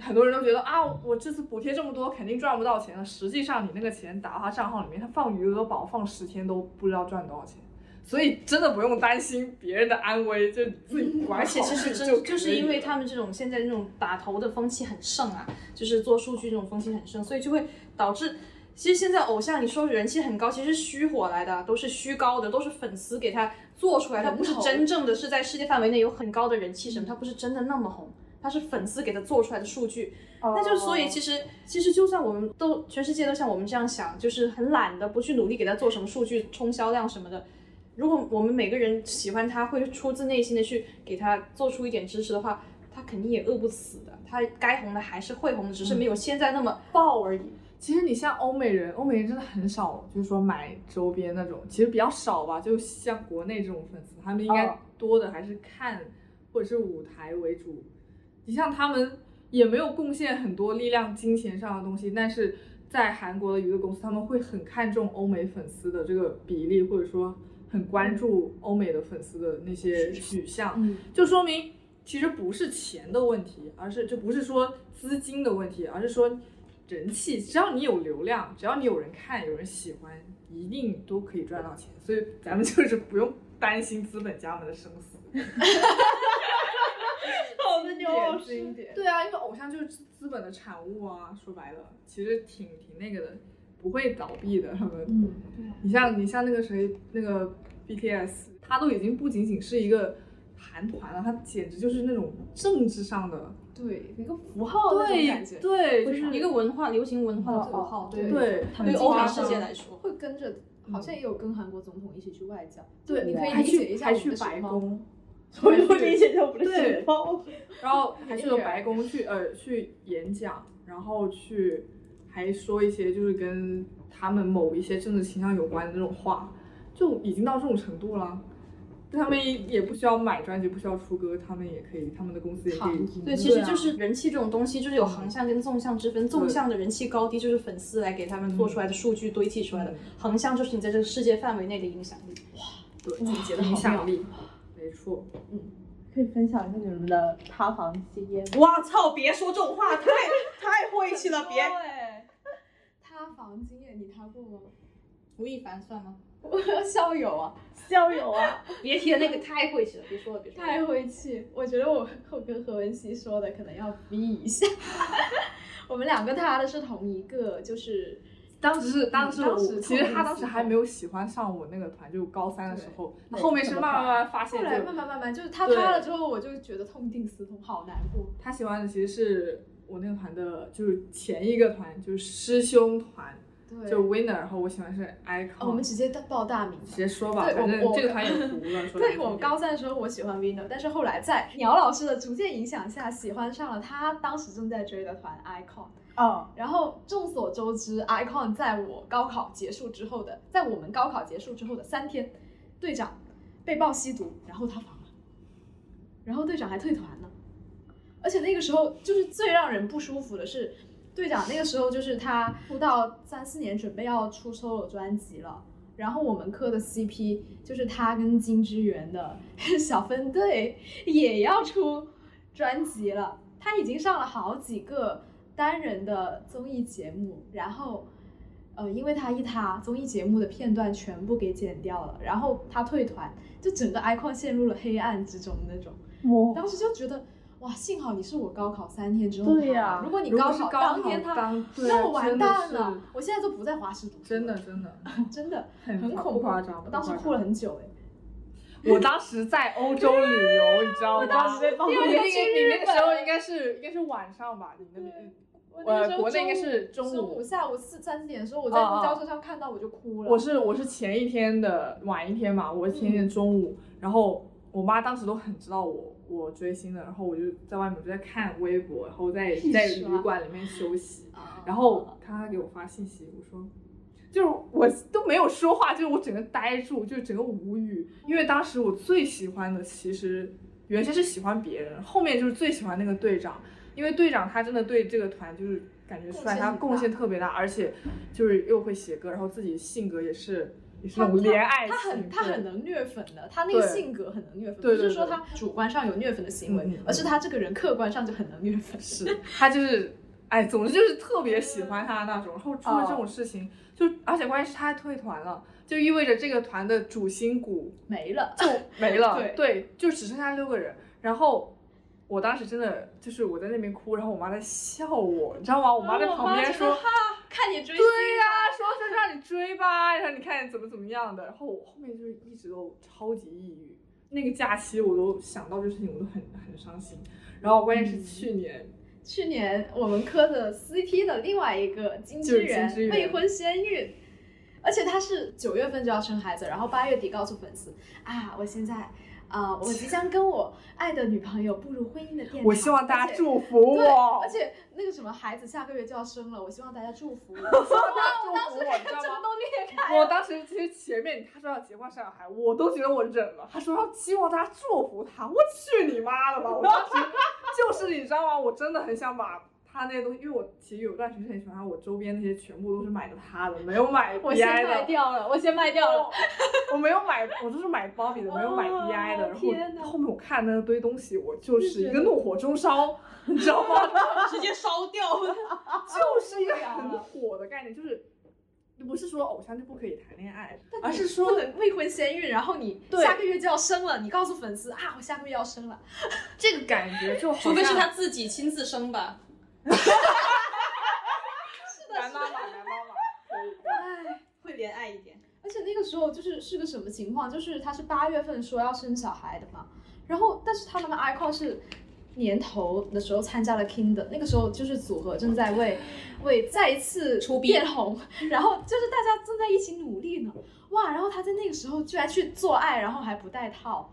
S4: 很多人都觉得啊，我这次补贴这么多，肯定赚不到钱了。实际上，你那个钱打到他账号里面，他放余额宝放十天都不知道赚多少钱，所以真的不用担心别人的安危，就自己管
S2: 嗯而
S4: 好
S2: 且其实
S4: 自己
S2: 真
S4: 可
S2: 就是
S4: 以
S2: 因为
S4: 了
S2: 他们这种现在这种打头的风气很盛啊，就是做数据这种风气很盛，所以就会导致。其实现在偶像，你说人气很高，其实是虚火来的，都是虚高的，都是粉丝给他做出来的，
S14: 人
S2: 不嗯是
S14: 头
S2: 真正的是在世界范围内有很高的人气什么，他不是真的那么红，他是粉丝给他做出来的数据。那就所以其实其实就算我们都全世界都像我们这样想，就是很懒的，不去努力给他做什么数据冲销量什么的，如果我们每个人喜欢他，会出自内心的去给他做出一点支持的话，他肯定也饿不死的。他该红的还是会红的，只
S10: 嗯
S2: 是没有现在那么爆而已。
S4: 其实你像欧美人，欧美人真的很少，就是说买周边那种，其实比较少吧。就像国内这种粉丝，他们应该
S6: 哦
S4: 多的还是看或者是舞台为主。你像他们也没有贡献很多力量、金钱上的东西，但是在韩国的娱乐公司，他们会很看重欧美粉丝的这个比例，或者说很关注欧美的粉丝的那些取向，
S6: 嗯
S4: 就说明其实不是钱的问题，而是就不是说资金的问题，而是说人气，只要你有流量，只要你有人看、有人喜欢，一定都可以赚到钱。所以咱们就是不用担心资本家们的生死。 <laughs>
S6: 好的哦牛老师
S4: 经典对啊，因为偶像就是资本的产物啊，说白了，其实挺挺那个的，不会倒闭的。他们，
S6: 嗯
S4: 你像你像那个谁，那个 BTS，他都已经不仅仅是一个韩团了，他简直就是那种政治上的
S3: 对一个符号那种
S4: 对
S3: 感觉
S4: 对，
S3: 会
S4: 就是
S3: 是
S2: 一个文化流行文
S10: 哦
S2: 化的符号，
S3: 对
S4: 对
S3: 他
S2: 对
S3: 们
S2: 于
S3: 经
S2: 欧美
S3: 常
S2: 世界来说，
S3: 会嗯跟着，好像也有跟韩国总统一起去外交。
S4: 对
S3: 你可以
S4: 还
S3: 理
S4: 去
S3: 解一下
S4: 还
S3: 我们
S4: 去
S3: 的时
S4: 白
S3: <laughs> 髦
S4: 宫，
S6: 所 <laughs> 以我理解就不是
S4: 对
S6: 钱包。
S4: <laughs> 然后还去了白宫去呃去演讲，然后去还说一些就是跟他们某一些政治倾向有关的那种话，就已经到这种程度了。他们也不需要买专辑，不需要出歌，他们也可以，他们的公司也可以。
S10: 嗯
S4: 啊
S2: 对，其
S10: 啊
S2: 实就是人气这种东西，就是有横向跟纵向之
S10: 嗯
S2: 分。纵向的人气高低，就是粉丝来给他们做出来的数据堆砌出来的；
S10: 嗯
S2: 横向就是你在这个世界范围内的影响力。哇，
S4: 对，
S6: 哇
S4: 影响力，没错。
S6: 嗯， <laughs> 可以分享一下你们的塌房经 <laughs> 验。
S10: 哇操！别说这种话，太太晦气了，别。
S2: 哎
S3: 塌房经验，你塌过吗？ <laughs>
S2: 吴亦凡算吗？
S3: 校友啊，
S6: 校友啊，
S2: 别提了，那个太晦气了，别说了，别说了。
S3: 太晦气！我觉得我我跟何文熙说的可能要逼一下。 <laughs> 我们两个他的是同一个，就是
S4: 当时是当
S3: 嗯
S4: 时
S3: 当
S4: 我
S3: 时
S4: 其实
S3: 同
S4: 他
S3: 一
S4: 当时
S3: 次
S4: 还没有喜欢上我那个团，就高三的时候，
S3: 对
S4: 后面是
S3: 这
S4: 慢
S3: 么
S4: 慢慢
S3: 快
S4: 慢发现，
S3: 后来
S4: 就
S3: 慢慢慢慢，就是他
S4: 对
S3: 塌了之后，我就觉得痛定思痛，好难过。
S4: 他喜欢的其实是我那个团的，就是前一个团，就是师兄团，
S3: 对
S4: 就 Winner，然后我喜欢是 Icon，、
S3: 哦我们直接报大名吧，
S4: 直接说吧，
S3: 对
S4: 反正
S3: 我我
S4: 这个团也糊了，说
S3: 对我高三的时候，我喜欢 Vino，但是后来在鸟老师的逐渐影响下，喜欢上了他当时正在追的团 Icon。
S6: 哦，
S3: 然后众所周知，Icon 在我高考结束之后的，在我们高考结束之后的三天，队长被曝吸毒，然后塌房了，然后队长还退团了。而且那个时候，就是最让人不舒服的是，队长那个时候就是他出道三四年，准备要出 solo 专辑了。然后我们科的 CP 就是他跟金之源的小分队 <laughs> 也要出专辑了，他已经上了好几个单人的综艺节目，然后呃，因为他一塌，综艺节目的片段全部给剪掉了，然后他退团，就整个 icon 陷入了黑暗之中那种。
S6: 哇
S3: 当时就觉得。哇，幸好你是我高考三天之后
S6: 对
S3: 塌的
S6: 呀
S3: 如果你
S4: 如果
S3: 高
S4: 是
S3: 考
S4: 高
S3: 当
S4: 考
S3: 天他
S4: 当，对
S3: 那我完
S4: 真的
S3: 蛋
S4: 是
S3: 了，我现在都不在华师读书了，
S4: 真的真的
S3: 真的
S4: 很
S3: 很
S4: 不
S3: 恐怖，
S4: 夸张
S3: 我当时
S4: 不夸张
S3: 哭了很久哎。
S4: 我当时在欧洲旅游，你知道吗？
S3: 我当时被放
S4: 因为
S3: 风
S4: 你那
S3: 筝
S4: 个
S3: 去
S4: 你那
S3: 日
S4: 个时候
S3: 本
S4: 应该是应该是晚上吧，你那边。
S3: 我那个时
S4: 呃，
S3: 候
S4: 国内应该
S3: 中午
S4: 是中
S3: 中
S4: 午，哦
S3: 下午四三四点的时候，我在公交车上看到我就哭了。嗯
S4: 我是我是前一天的晚一天嘛，我是前一天中午，然后我妈当时都很知道我我追星的，然后我就在外面我就在看微博，然后
S3: <laughs>
S4: 在
S11: 屁事啊
S4: 在旅馆里面休息，
S3: 啊
S4: 然后她给我发信息，我说。就是我都没有说话，就是我整个呆住，就是整个无语。因为当时我最喜欢的其实原先是喜欢别人，后面就是最喜欢那个队长，因为队长他真的对这个团就是感觉出来他贡献特别大，而且就是又会写歌，然后自己性格也是也是那
S3: 他
S4: 种恋爱
S3: 他他
S4: 型
S3: 很他很能虐粉的，他那
S4: 对
S3: 个性格很能虐粉，
S4: 对
S3: 不
S4: 对
S3: 是说
S4: 对
S3: 他主观上有虐粉的行为
S4: 嗯嗯，
S3: 而是他这个人客观上就很能虐粉。
S4: 是，他就是，哎，总之就是特别喜欢他那种。然后出了这种事情，就而且关键是他还退团了，就意味着这个团的主心骨
S3: 没了，
S4: 就没了，
S3: 对
S4: 就只剩下六个人。然后我当时真的就是我在那边哭，然后我妈在笑我，你知道吗？我
S3: 啊
S4: 妈在旁边说。
S3: 哈，看你追星，
S4: 对呀、说就让你追吧，然后你看怎么怎么样的。然后我后面就是一直都超级抑郁，那个假期我都想到这事情，我都很很伤心。然后关键是去年
S3: 去年我们科的 CP 的另外一个金
S4: 就是
S3: 之
S4: 金
S3: 源
S4: 之源
S3: 未婚先孕，而且他是九月份就要生孩子，然后八月底告诉粉丝啊，我现在啊、呃我即将跟我爱的女朋友步入婚姻的殿堂。
S4: 我希望大家祝福
S3: 而且对
S4: 我
S3: 而且那个什么孩子下个月就要生了，我希望大家祝福 <laughs> 我。哇我当时看整个都裂开了。
S4: 我当时其实前面他说要结婚生小孩，我都觉得我忍了。他说要希望大家祝福他，我去你妈的吧！
S3: <laughs>
S4: 我当时就是你知道吗？我真的很想把他那些东西，因为我其实有段时间很喜欢他，我周边那些全部都是买的他的，没有买
S3: 我先
S4: BI
S3: 卖
S4: 的。
S3: 掉了，我先卖掉了。
S4: 我没有买，我都是买芭比的，没有买 BI 的。
S3: 哦天
S4: 然
S3: 哪
S4: 后后面我看那堆东西，我就是一
S3: 就觉
S4: 个
S3: 得
S4: 怒火中烧，你
S3: <laughs>
S4: 知道吗？
S10: 直接烧掉。
S4: 就是一个
S3: 啊
S4: 很火的概念，就是不是说偶像就不可以谈恋爱，而是说
S3: 不能未婚先孕，然后你
S4: 对
S3: 下个月就要生了，你告诉粉丝啊，我下个月要生了，
S4: 这个感觉就
S2: <laughs>
S4: 好
S2: 除非是
S4: 像
S2: 他自己亲自生吧。
S4: 男妈妈，男
S9: <laughs>
S4: 妈妈。
S3: 哎，
S10: 会怜爱一点。
S3: 而且那个时候就是是个什么情况？就是他是八月份说要生小孩的嘛，然后但是他们 icon 是年头的时候参加了 King 的，那个时候就是组合正在为为再一次出变红，然后就是大家正在一起努力呢，哇！然后他在那个时候居然去做爱，然后还不戴套，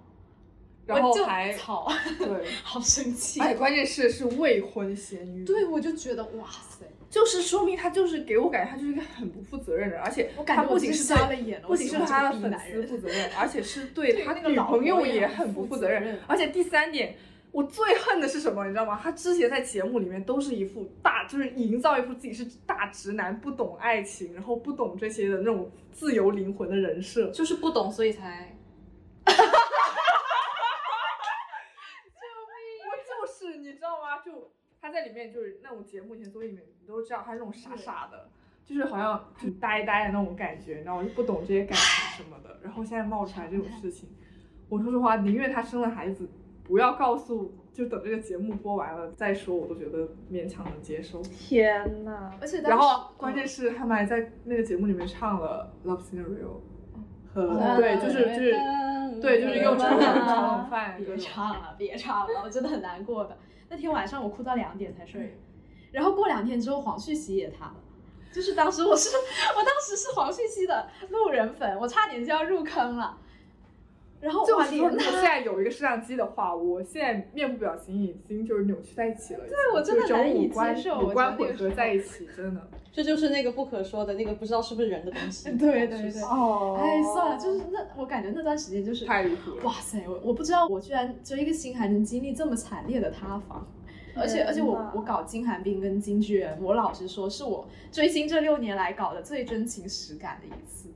S4: 然后
S9: 我就
S3: <laughs>
S4: 还哎
S9: 操，
S4: <laughs> 对，
S9: 好生气。
S4: 而且关键是是未婚先孕，
S9: 对，我就觉得哇塞，
S4: 就是说明他就是给我感觉他就是一个很不负责任的人，而且
S9: 我感
S4: 他
S9: 觉
S4: 不
S9: 我
S4: 仅
S9: 真
S4: 是
S9: 瞎了
S4: 对，
S9: 眼了
S4: 不仅是
S9: 我喜欢
S4: 他
S9: 这
S4: 的
S9: 个
S4: 粉
S9: 逼男
S4: 丝
S9: 人
S4: 负责
S9: <laughs>
S4: 任，而且是对他
S9: 那个
S4: 女
S9: 老
S4: 朋友
S9: 婆也
S4: 也
S9: 很
S4: 很
S9: 负
S4: 不负
S9: 责
S4: 责
S9: 任
S4: 任。而且第三点，我最恨的是什么？你知道吗？他之前在节目里面都是一副大，就是营造一副自己是大直男，不懂爱情，然后不懂这些的那种自由灵魂的人设，
S2: 就是不懂，所以才
S4: 我就是你知道吗？就他在里面就是那种节目以前综艺里面，你都知道他是那种傻傻的，就是好像很呆呆的那种感觉，然后就不懂这些感情什么的。然后现在冒出来这种事情，我说实话，宁愿他生了孩子，不要告诉，就等这个节目播完了再说，我都觉得勉强能接受。
S6: 天呐！
S3: 而且当时
S4: 然后关键是他们还在那个节目里面唱了《Love Scenario》，和嗯对，就是就是对，就是又唱了炒冷饭，
S3: <laughs> 别唱了，别唱了，我真的很难过的。那天晚上我哭到两点才
S4: 嗯
S3: 睡，然后过两天之后黄旭熙也塌了。就是当时我是，我当时是黄旭熙的路人粉，我差点就要入坑了。然后
S4: 就
S3: 哇
S4: 是说，哦如
S3: 连
S4: 果
S3: 他
S4: 现在有一个摄像机的话，我现在面部表情已经就是扭曲在一起了。
S3: 对我真的
S4: 就是整
S3: 难以
S4: 五官
S3: 接受
S4: 五
S3: 我觉得
S4: 官
S3: 那
S4: 混
S3: 个
S4: 合在一起，真的。
S9: 这就是那个不可说的那个不知道是不是人的东
S4: <laughs>
S9: 西。
S3: 对对对，
S9: 哦
S3: 哎，算了，就是那我感觉那段时间就是
S4: 太离谱
S3: 哇塞，我我不知道我居然追一个星还能经历这么惨烈的塌房，而且而且
S9: 天
S3: 我
S9: 哪
S3: 我搞金韩冰跟金巨人，我老实说是我追星这六年来搞的最真情实感的一次，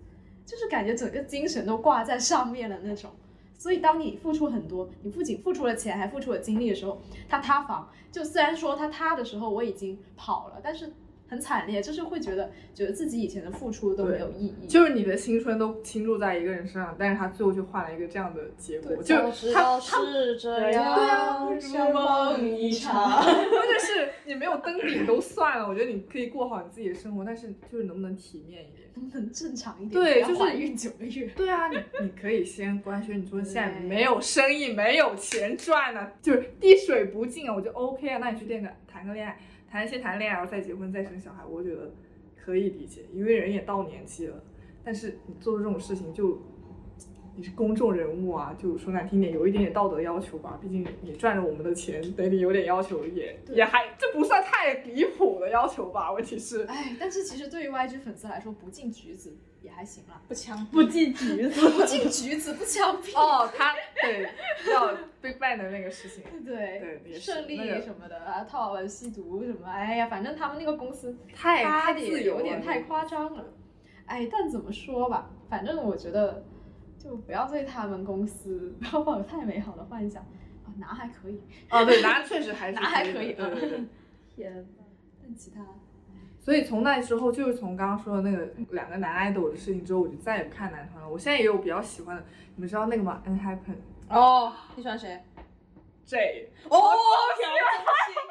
S3: 就是感觉整个精神都挂在上面的那种。所以，当你付出很多，你不仅付出了钱，还付出了精力的时候，他塌房。就虽然说他塌的时候我已经跑了，但是很惨烈，就是会觉得觉得自己以前的付出都没有意义。
S4: 就是你的青春都倾注在一个人身上，但是他最后就换了一个这样的结果，就是他他
S9: 是这
S4: 对
S9: 样，
S4: 啊
S9: 像梦一场。 <laughs>
S4: 关键是你没有登顶都算了，我觉得你可以过好你自己的生活，但是就是能不能体面一点？
S3: 能不能正常一点？
S4: 对，
S3: 不要
S4: 就是
S3: 怀孕九个月。
S4: 对啊，你你可以先官宣，你说现在没有生意，没有钱赚呢、就是滴水不进啊，我就 OK 啊。那你去恋个谈个恋爱，谈先谈恋爱，然后再结婚，再生小孩，我觉得可以理解，因为人也到年纪了。但是你做出这种事情就，你是公众人物啊，就说难听点，有一点点道德要求吧。毕竟你赚着我们的钱，对你有点要求也也还这不算太离谱的要求吧？问题是，
S3: 哎，但是其实对于 YG 粉丝来说，不进橘子也还行啦， <laughs>
S9: 不强
S3: 不进橘
S6: <laughs>
S3: 子，不进橘子不枪毙
S4: 哦，他对要 BigBang 的那个事情，
S3: 对
S4: 对也是
S3: 胜利
S4: 那个
S3: 什么的啊，套娃吸毒什么，哎呀，反正他们那个公司
S4: 太
S3: 塌
S4: 太
S3: 的
S4: 自由
S3: 有点哦
S4: 了
S3: 太夸张了。哎，但怎么说吧，反正我觉得就不要对他们公司抱有太美好的幻想啊，拿还可以。
S4: 哦，对，拿确实还是
S3: 拿还可以
S4: 的对对对。
S6: 天呐！
S3: 但其他
S4: 所以从那之后，就是从刚刚说的那个两个男 idol 的事情之后，我就再也不看男团了。我现在也有比较喜欢的，你们知道那个吗？Unhappen
S9: 哦，你喜欢谁？
S4: J
S9: 哦
S4: 我
S9: 朴
S4: 喜欢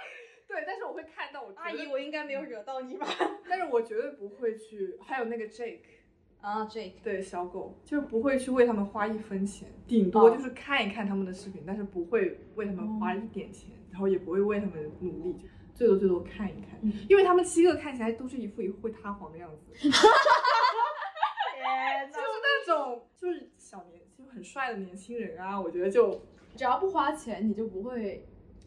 S4: 对，但是我会看到我
S9: 阿姨，我应该没有惹到你吧？
S4: 但是我绝对不会去。还有那个 Jake
S9: 啊，Jake，
S4: 对小狗，就是不会去为他们花一分钱，顶多
S9: 哦
S4: 就是看一看他们的视频，但是不会为他们花一点钱，然后也不会为他们努力，最多最多看一看，因为他们七个看起来都是一副一副会塌黄的样子。就是那种就是小年就很帅的年轻人啊，我觉得就
S3: 只要不花钱，你就不会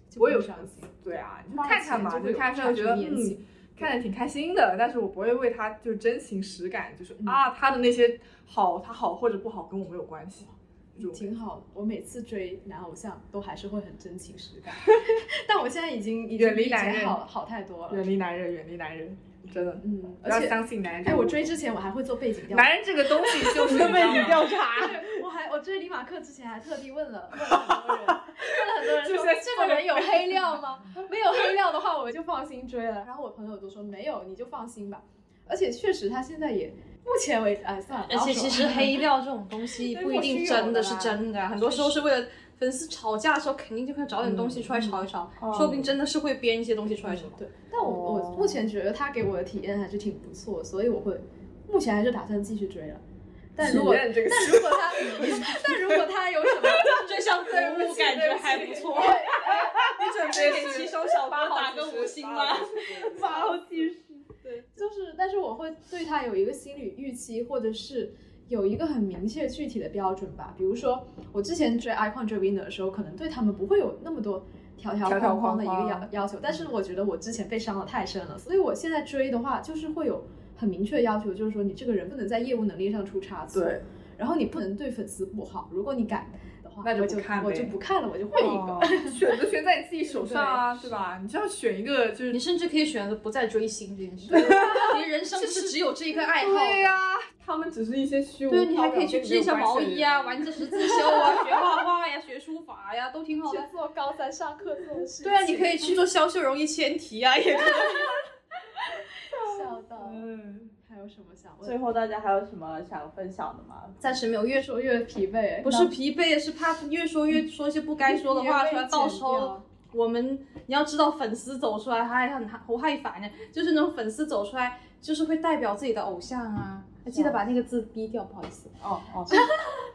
S3: 就
S4: 我有
S3: 不伤心。
S4: 对啊，你就
S3: 花了
S4: 看看嘛，
S3: 钱就会
S4: 就看
S3: 有
S4: 看我觉得
S3: 产生年纪
S4: 嗯，看着挺开心的，但是我不会为他就是真情实感，就是、
S3: 嗯
S4: 啊他的那些好，他好或者不好跟我没有关系，这种
S3: 挺好的。我每次追男偶像都还是会很真情实
S4: <laughs>
S3: 感，但我现在已经已经
S4: 远
S3: 比
S4: 离
S3: 以
S4: 男
S3: 前
S4: 人
S3: 好好太多了。
S4: 远离男人，远离男人，真的，
S3: 嗯，
S4: 不
S3: 而
S4: 要
S3: 且
S4: 相信男人。
S3: 哎，我追之前我还会做背景调查。
S4: <laughs> 男人这个东西就是背景调查
S3: 我还我追李马克之前还特地问了问了很
S4: <laughs>
S3: 多人，问了很多人
S4: 就
S3: 说
S4: 是
S3: 这个人有黑料
S4: <laughs>
S3: 吗？没有黑料的话我就放心追了。然后我朋友都说没有，你就放心吧。而且确实他现在也目前为止，哎算了。
S9: 而且其实黑料这种东西不一定真的是真的，很多时候是为了粉丝吵架的时候，肯定就会找点东西出来吵一吵，
S3: 嗯
S9: 说不
S4: 哦
S9: 定真的是会编一些东西出来吵。
S3: 对，但我我目前觉得他给我的体验还是挺不错，所以我会目前还是打算继续追了。但如果
S9: 体验这个
S3: 但如果他 <laughs> 但如果他有什么
S2: <laughs>
S9: 追上服务感觉还不错。你准备给骑手小八打
S4: <laughs>
S9: 个五星吗？
S3: 八号技师，对，就是但是我会对他有一个心理预期，或者是有一个很明确具体的标准吧。比如说，我之前追 icon 追 winner 的时候，可能对他们不会有那么多条条
S4: 条条
S3: 框框的一
S4: 框
S3: 个
S4: 框
S3: 要要求，但是我觉得我之前被伤的太深了，所以我现在追的话，就是会有很明确的要求，就是说你这个人不能在业务能力上出差错，
S4: 对，
S3: 然后你不能对粉丝不好，如果你敢的话，
S4: 那就
S3: 我
S4: 不
S3: 就
S4: 看
S3: 我
S4: 呗
S3: 就不看了，我就换一
S2: 哦
S3: 个。
S4: <laughs> 选择权在你自己手上啊，对吧？你就要选一个，就是
S2: 你甚至可以选择不再追星这件 <laughs> 事。你人生是只有这一个爱好。啊
S4: 对呀、他们只是一些虚无缥缈
S2: 对你还可以去织一下毛衣啊，
S4: 跟
S2: 玩着十字绣 <laughs> 啊，学画画呀，学书法呀，都挺好的。
S3: 做高三上课做的事
S2: 对啊，你可以去做肖秀荣一千题啊，也可以。
S3: 笑到。嗯，还有什么想问？
S6: 最后大家还有什么想分享的吗？
S2: 暂时没有，越说
S3: 越疲惫，
S2: 不是疲惫，是怕越说越说一些不该说的话出来，到时候我们你要知道，粉丝走出来还很好害烦呢，就是那种粉丝走出来就是会代表自己的偶像啊。记得把那个字逼掉，不好意思。
S6: 哦
S2: <laughs>
S6: 哦，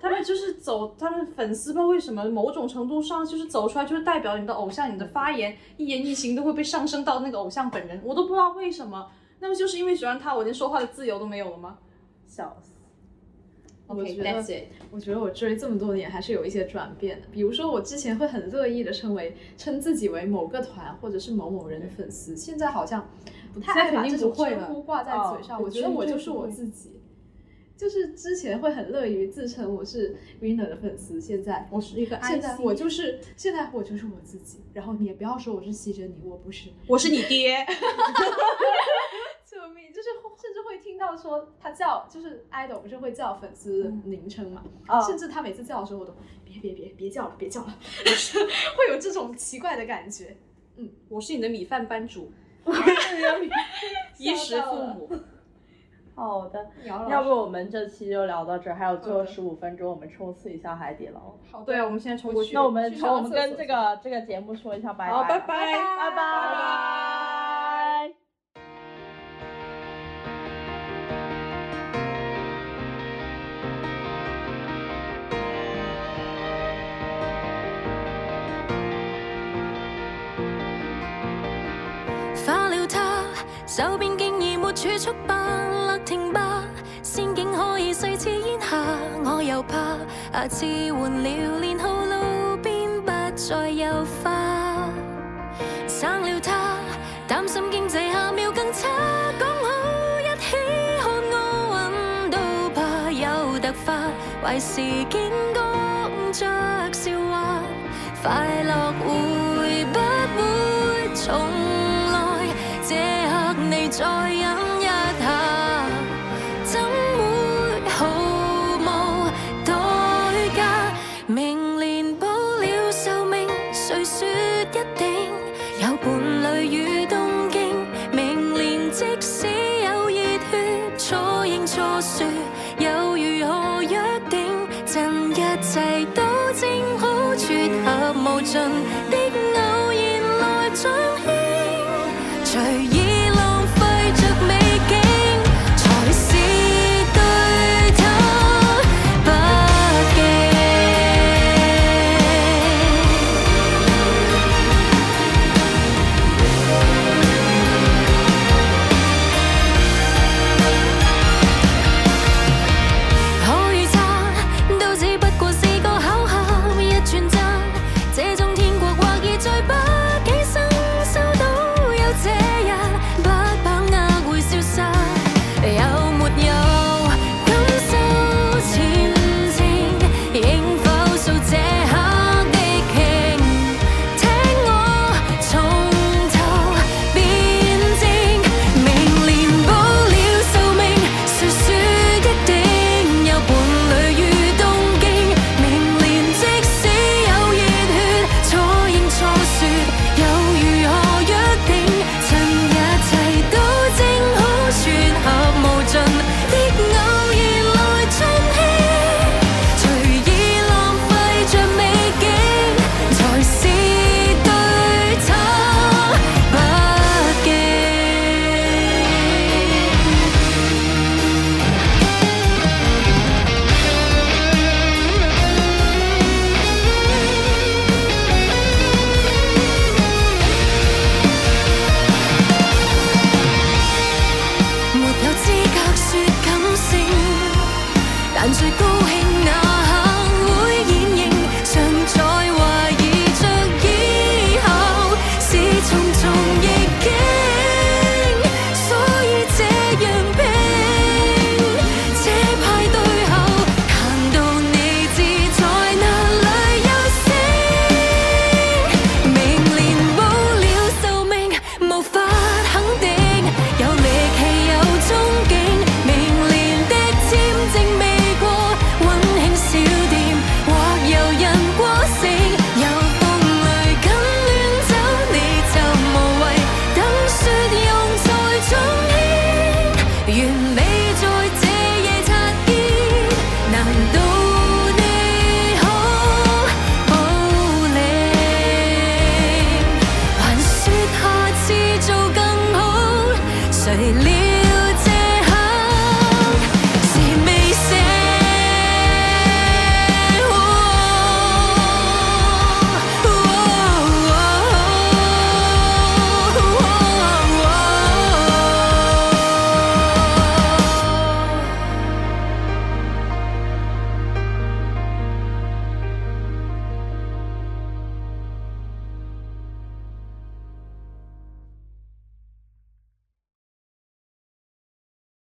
S2: 他们就是走，他们粉丝不知道为什么，某种程度上就是走出来，就是代表你的偶像，你的发言、一言一行都会被上升到那个偶像本人。我都不知道为什么，那么就是因为喜欢他，我连说话的自由都没有了吗？
S6: 笑死。
S3: 我
S2: OK，
S3: 觉得
S2: that's it
S3: 我觉得我追这么多年还是有一些转变的。比如说，我之前会很乐意的称为称自己为某个团或者是某某人的粉丝，现在好像不太
S2: 现在
S3: 爱把
S2: 肯
S3: 这
S2: 定
S3: 种
S2: 不会
S3: 称
S2: 了
S3: 呼挂在
S2: 哦
S3: 嘴上。
S2: 对
S3: 我觉得我
S2: 绝
S3: 就
S2: 对
S3: 是
S2: 不
S3: 我
S2: 会
S3: 自己，就是之前会很乐于自称我是 Winner 的粉丝，现在
S2: 我是一个 IC
S3: 现在我就是现在我就是我自己。然后你也不要说我是吸着你，我不是，
S2: 我是你爹。
S3: 救命！就是甚至会听到说他叫，就是 idol 不是会叫粉丝昵称嘛？
S6: 啊
S3: 甚至他每次叫的时候，我都别别别别叫了，别叫了， <laughs> 会有这种奇怪的感觉。嗯，
S2: 我是你的米饭班主，衣
S6: 笑
S2: 食
S6: 到
S2: 父
S6: 了
S2: 母。
S6: 好的，
S3: 姚老师
S6: 要不我们这期就聊到这儿，还有最
S2: 好
S6: 后
S2: 的
S6: 十五分钟，我们冲刺一下海底捞。
S2: 好，对啊，我们现在冲去。
S6: 那我们
S2: 冲
S6: 我们跟这个这个节目说一下拜拜。
S2: 好，拜拜，
S6: 拜拜拜拜。
S15: 化了它，手邊竟已沒儲蓄吧，勒停吧，仙境可以碎似煙霞，我又怕下次換了連號路邊不再有花。生了他，擔心經濟下秒更差，講好一起看奧運都怕有突發，壞事件講着笑話，快樂會不會重來？這刻你再忍一下，怎會毫無代價？明年保了壽命，誰說一定？有伴侶與東京，明年即使有熱血，錯認錯説，又如何約定？贈一切都正好，撮合無盡的偶然來盡興，隨意浪費着美景，才是對他不敬。可與差，都只不過是個巧合，一串針。這種天國或已再不幾生收到有這日，